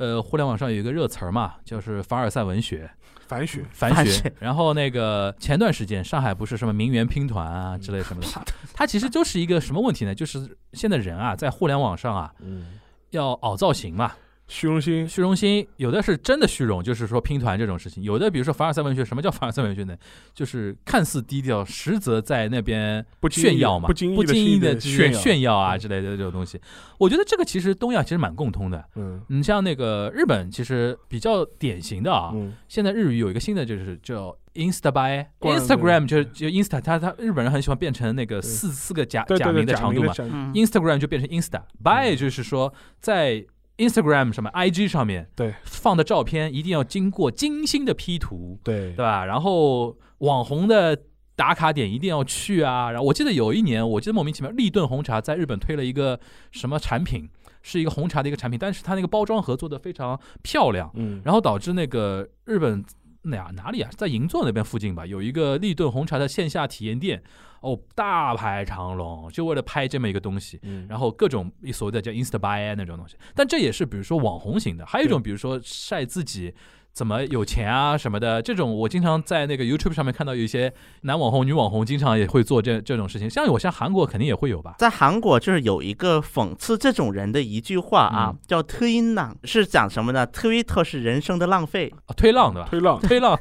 呃，互联网上有一个热词儿嘛，就是凡尔赛文学、反雪，反反学学。然后那个前段时间上海不是什么名媛拼团啊之类什么的，它它其实就是一个什么问题呢？就是现在人啊，在互联网上啊，嗯，要凹造型嘛，虚荣心，虚荣心有的是真的虚荣，就是说拼团这种事情；有的比如说凡尔赛文学，什么叫凡尔赛文学呢？就是看似低调，实则在那边不经意炫耀嘛，不不经意地的炫耀炫耀啊之类的这种东西。我觉得这个其实东亚其实蛮共通的。嗯你像那个日本，其实比较典型的啊，嗯，现在日语有一个新的就是叫 Insta by 惯了 Instagram，就是就 Insta，它它日本人很喜欢变成那个四四个假对假对对，名的假长名度的嘛假嗯， ，Instagram 就变成 Insta，by 就是说在 Instagram 上面 IG 上面对放的照片一定要经过精心的 P 图，对对吧？然后网红的。打卡点一定要去啊！然后我记得有一年，我记得莫名其妙，立顿红茶在日本推了一个什么产品，是一个红茶的一个产品，但是它那个包装盒做的非常漂亮，嗯，然后导致那个日本哪哪里啊，在银座那边附近吧，有一个立顿红茶的线下体验店，哦，大排长龙，就为了拍这么一个东西。嗯然后各种所谓的叫 Insta buy 那种东西，但这也是比如说网红型的，还有一种对比如说晒自己怎么有钱啊什么的，这种我经常在那个 YouTube 上面看到有一些男网红、女网红经常也会做这这种事情，像我像韩国肯定也会有吧，在韩国就是有一个讽刺这种人的一句话啊，嗯叫“推音浪”，是讲什么呢？Twitter 是人生的浪费，啊推浪对吧？推浪，推浪，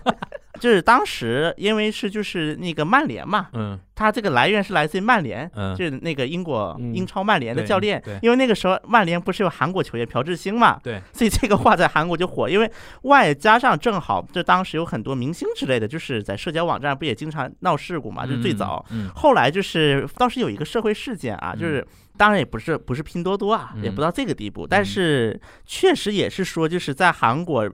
就是当时因为是就是那个曼联嘛，嗯它这个来源是来自于曼联。嗯，就是那个英国嗯英超曼联的对教练对，因为那个时候曼联不是有韩国球员朴智星嘛，对，所以这个话在韩国就火，因为外加上正好就当时有很多明星之类的，就是在社交网站不也经常闹事故嘛，啊就是最早，嗯，后来就是当时有一个社会事件啊，嗯就是当然也不是不是拼多多啊，嗯也不到这个地步，但是确实也是说就是在韩国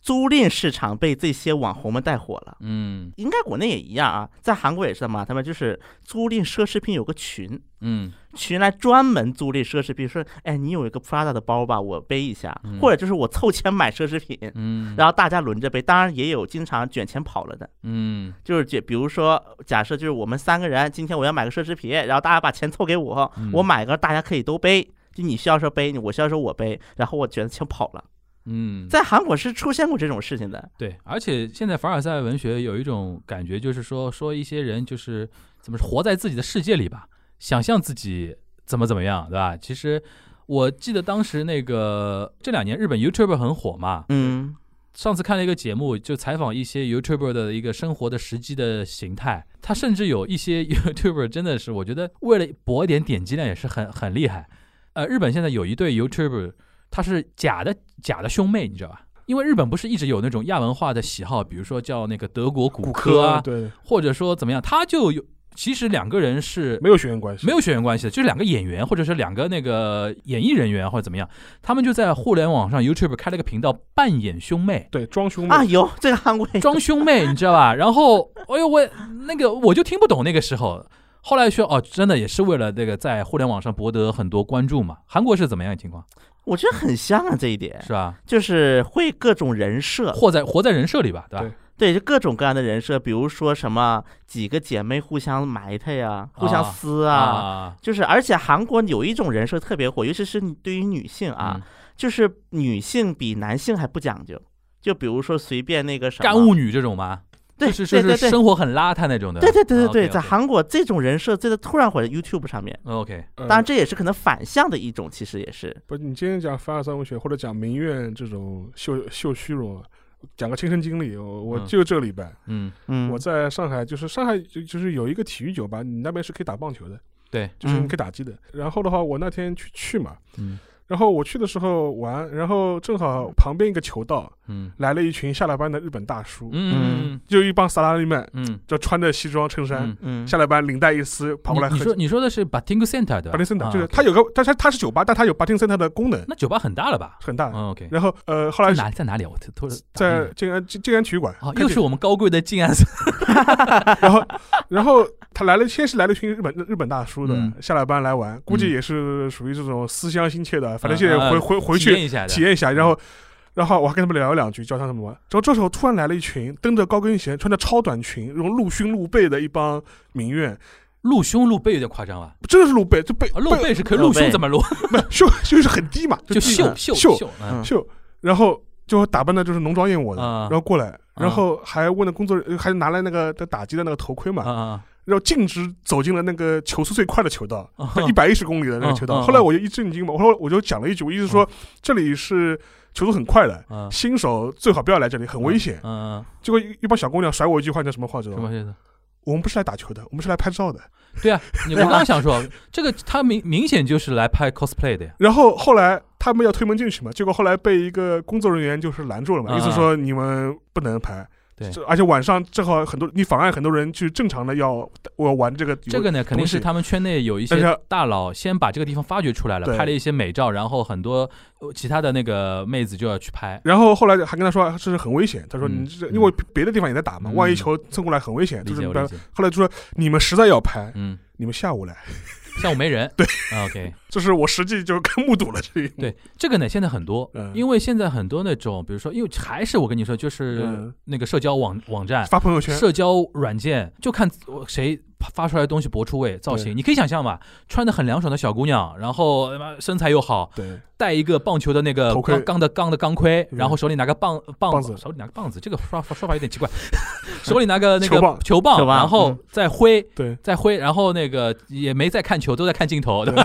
租赁市场被这些网红们带火了。嗯应该国内也一样啊，在韩国也是的嘛，他们就是租赁奢侈品有个群，嗯群来专门租赁奢侈品，说，哎，你有一个 Prada 的包吧，我背一下，嗯或者就是我凑钱买奢侈品，嗯，然后大家轮着背，当然也有经常卷钱跑了的，嗯就是这，比如说，假设就是我们三个人，今天我要买个奢侈品，然后大家把钱凑给我，嗯我买个大家可以都背，就你需要说背，我需要说我背，然后我卷钱跑了。嗯，在韩国是出现过这种事情的，对，而且现在凡尔赛文学有一种感觉，就是说说一些人就是怎么说活在自己的世界里吧，想象自己怎么怎么样，对吧？其实我记得当时那个这两年日本 YouTuber 很火嘛，嗯上次看了一个节目，就采访一些 YouTuber 的一个生活的实际的形态，他甚至有一些 YouTuber 真的是，我觉得为了博一点点击量也是很很厉害。呃，日本现在有一对 YouTuber，他是假的假的兄妹，你知道吧？因为日本不是一直有那种亚文化的喜好，比如说叫那个德国骨科啊，对，或者说怎么样，他就有其实两个人是没有血缘关系，没有血缘关系的，就是两个演员或者是两个那个演艺人员或者怎么样，他们就在互联网上 YouTube 开了个频道扮演兄妹，对，装兄妹啊，有这个韩国也有 装兄妹，你知道吧？然后，哎呦，我那个我就听不懂那个时候。后来说哦，真的也是为了那个在互联网上博得很多关注嘛。韩国是怎么样的情况，我觉得很像啊这一点，是吧？就是会各种人设，活在活在人设里吧，对吧？对，就各种各样的人设，比如说什么几个姐妹互相埋汰呀、互相啊撕啊啊就是而且韩国有一种人设特别火，尤其是对于女性啊，，嗯就是女性比男性还不讲究，就比如说随便那个什么干物，女这种吗？对就是对就对是对生活很邋遢那种的。啊对对对对对， OK，OK 在韩国这种人设真的突然火在 YouTube 上面， OK，呃当然这也是可能反向的一种，其实也是，不，你今天讲凡尔赛文学或者讲民怨这种秀秀虚荣啊，讲个亲身经历，我我嗯就这个礼拜、嗯嗯，我在上海，就是上海就就是有一个体育酒吧，你那边是可以打棒球的，对就是你嗯可以打击的。然后的话，我那天去去嘛，嗯然后我去的时候玩，然后正好旁边一个球道嗯来了一群下了班的日本大叔，嗯就一帮萨拉利曼，嗯就穿着西装衬衫，嗯。嗯下了班领带一撕，啊跑过来喝你你酒说。你说的是 Batting Center 对吧巴丁森塔啊就是它有个，但是它它是酒吧，但它有巴丁森塔的功能那酒吧很大了吧？很大。嗯 OK，然后呃，啊后来在哪在哪里啊？我突突然打在断你静安静静安体育馆哦，开又始是我们高贵的静安寺。然后，然后他来了，先是来了一群日本日本大叔的，嗯下了班来玩，估计也是属于这种思乡心切的，反正现在啊啊回、回回体验去一下的，嗯体验一下，然后。然后我还跟他们聊了两句，教他们玩。然后这时候突然来了一群蹬着高跟鞋、穿着超短裙、那种露胸露背的一帮民怨，露胸露背有点夸张吧？真的是露背，就背 啊，露背背是可以，露露背胸怎么露？不是胸就是很低嘛，就低秀秀秀秀，嗯嗯秀。然后就打扮的就是浓妆艳抹的，啊然后过来，然后还问了工作人员，还拿来那个打击的那个头盔嘛，啊然后径直走进了那个球速最快的球道，啊 一百一十公里的那个球道。嗯嗯后来我就一震惊嘛，我说我就讲了一句，我意思说这里是球速很快的，啊！新手最好不要来这里，很危险。嗯，结果一一帮小姑娘甩我一句话，叫什么话知道什么吗？意思？我们不是来打球的，我们是来拍照的。对啊，你我刚 想说，这个他明明显就是来拍 cosplay 的呀。然后后来他们要推门进去嘛，结果后来被一个工作人员就是拦住了嘛，嗯意思说你们不能拍。对这而且晚上正好很多你妨碍很多人去正常的要我玩这个游这个呢，肯定是他们圈内有一但些是大佬先把这个地方发掘出来了，对拍了一些美照，然后很多呃其他的那个妹子就要去拍。然后后来还跟他说这是很危险，他说嗯你这嗯因为别的地方也在打嘛，嗯万一球蹭过来很危险，就是理解，你我不要理解。后来就说你们实在要拍，嗯，你们下午来，下午没人。对，OK，这是我实际就看目睹了这一幕。对这个呢，现在很多嗯，因为现在很多那种，比如说，因为还是我跟你说，就是哎嗯那个社交网网站、发朋友圈，社交软件，就看谁发出来的东西博出位、造对型。你可以想象嘛，穿的很凉爽的小姑娘，然后他妈身材又好，对，戴一个棒球的那个头盔钢钢的钢的钢盔，嗯然后手里拿个棒棒棒子手里拿个棒子，这个说法说法有点奇怪， 手里拿个那个球棒嗯球棒球棒然后再挥。对再挥，然后那个也没在看球，都在看镜头，对 吧？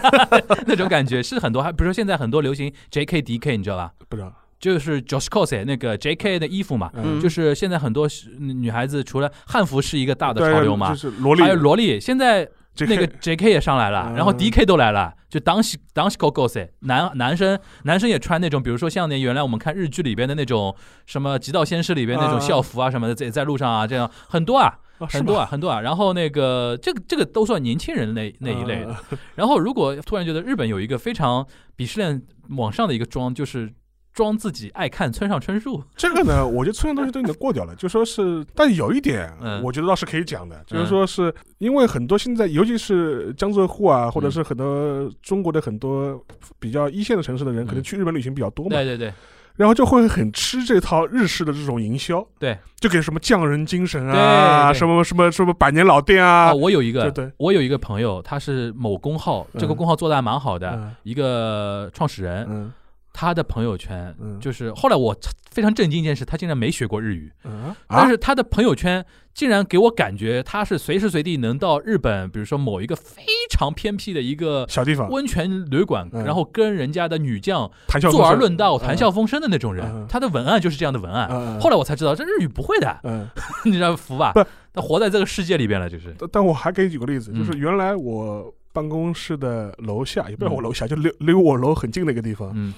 那种感觉是很多，还比如说现在很多流行 J.K. D.K. 你知道吧？不知道，就是 Josh Cos 那个 J.K. 的衣服嘛，嗯就是现在很多是女孩子除了汉服是一个大的对潮流嘛就，是萝莉，还有萝莉，现在这那个 J.K. 也上来了，然后嗯 D.K. 都来了，就当西当西 Gogos 男男生男生也穿那种，比如说像那原来我们看日剧里边的那种什么《极道先师》里边那啊种校服啊什么的，在在路上啊这样很多啊啊是很多吗啊很多啊。然后那个这个这个都算年轻人那那一类的。啊然后如果突然觉得日本有一个非常鄙视链往上的一个装，就是装自己爱看村上春树，这个呢，我觉得村上东西都已经过掉了，就说是，但有一点嗯，我觉得倒是可以讲的，就是说是因为很多现在，尤其是江浙沪啊，或者嗯是很多中国的很多比较一线的城市的人，嗯可能去日本旅行比较多嘛对，对对，然后就会很吃这套日式的这种营销，对，就给什么匠人精神啊，对对什么什么什么百年老店啊，啊，我有一对个对，我有一个朋友，他是某公号，这个嗯公号做的还蛮好的。嗯一个创始人，嗯他的朋友圈，嗯就是后来我非常震惊一件事，他竟然没学过日语，嗯，但啊，是他的朋友圈竟然给我感觉他是随时随地能到日本，比如说某一个非常偏僻的一个。小地方温泉旅馆，啊嗯然后跟人家的女将谈笑坐而风生论道、谈笑嗯风生的那种人嗯，他的文案就是这样的文案。嗯嗯后来我才知道，这日语不会的， 嗯，你知道服吧不？他活在这个世界里边了，就是但但我还给你举个例子，就是嗯原来我办公室的楼下，也不是嗯我楼下，就离离我楼很近的一个地方，嗯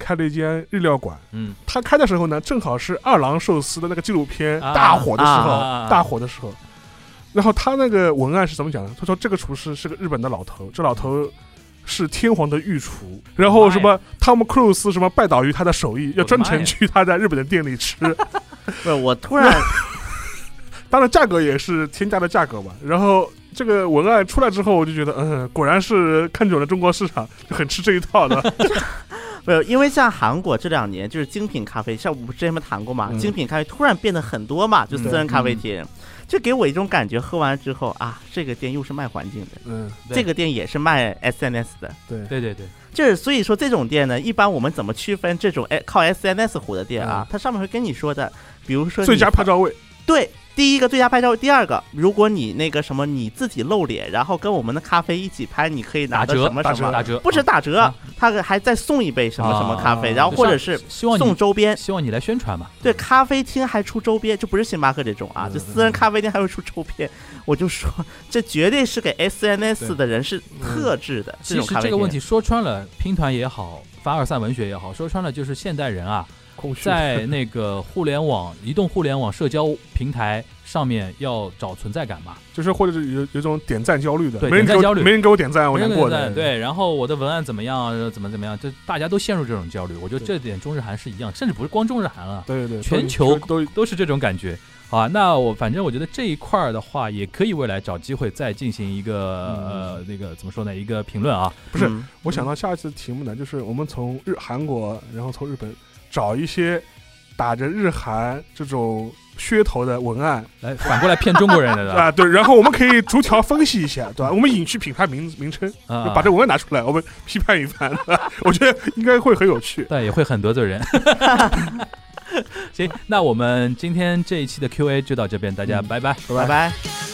开了一间日料馆。嗯他开的时候呢，正好是二郎寿司的那个纪录片啊大火的时候，啊大火的时候。然后他那个文案是怎么讲的？他说这个厨师是个日本的老头，这老头是天皇的御厨。然后什么汤姆克鲁斯什么拜倒于他的手艺，要专我的妈程呀去他在日本的店里吃。不是，我突然当然价格也是天价的价格吧。然后这个文案出来之后，我就觉得，嗯，果然是看准了中国市场，就很吃这一套 的。没有，因为像韩国这两年就是精品咖啡，像我们之前不谈过嘛，嗯精品咖啡突然变得很多嘛，就私人咖啡厅，就给我一种感觉，喝完之后啊，这个店又是卖环境的，嗯，对这个店也是卖 SNS 的，对，对对对，就是所以说这种店呢，一般我们怎么区分这种哎靠 SNS 火的店啊？它上面会跟你说的，比如说你最佳拍照位，对。第一个最佳拍照，第二个，如果你那个什么你自己露脸，然后跟我们的咖啡一起拍，你可以拿打到折什么打什么，打折不止打折啊，他还再送一杯什么什么咖啡，啊然后或者是希望送你周边。希望你来宣传嘛。对，咖啡厅还出周边，就不是星巴克这种啊，嗯就私人咖啡店还会出周边，我就说这绝对是给 SNS 的人是特制的这嗯其种实咖啡这店。个问题说穿了，拼团也好，凡尔赛文学也好，说穿了就是现代人啊，空虚在那个互联网、移动互联网社交平台上面要找存在感嘛。 就是或者是有有种点赞焦虑的，对没人给点赞焦我虑没人给我点赞，我难过对的。对，对，然后我的文案怎么样，呃怎么怎么样，就大家都陷入这种焦虑。我觉得这点中日韩是一样，甚至不是光中日韩了，对对对，全球都都是这种感觉。好啊，那我反正我觉得这一块儿的话，也可以未来找机会再进行一个、呃那个怎么说呢，一个评论啊。不是嗯我想到下一次题目呢，就是我们从日韩国，然后从日本找一些打着日韩这种噱头的文案，来反过来骗中国人 的，对吧 啊，对，然后我们可以逐条分析一下，对吧？我们隐去品牌名名称，就啊，把这文案拿出来，我们批判一番， 我觉得应该会很有趣。对，也会很得罪人。 行，那我们今天这一期的 Q&A 就到这边，大家拜拜。嗯拜拜。 Come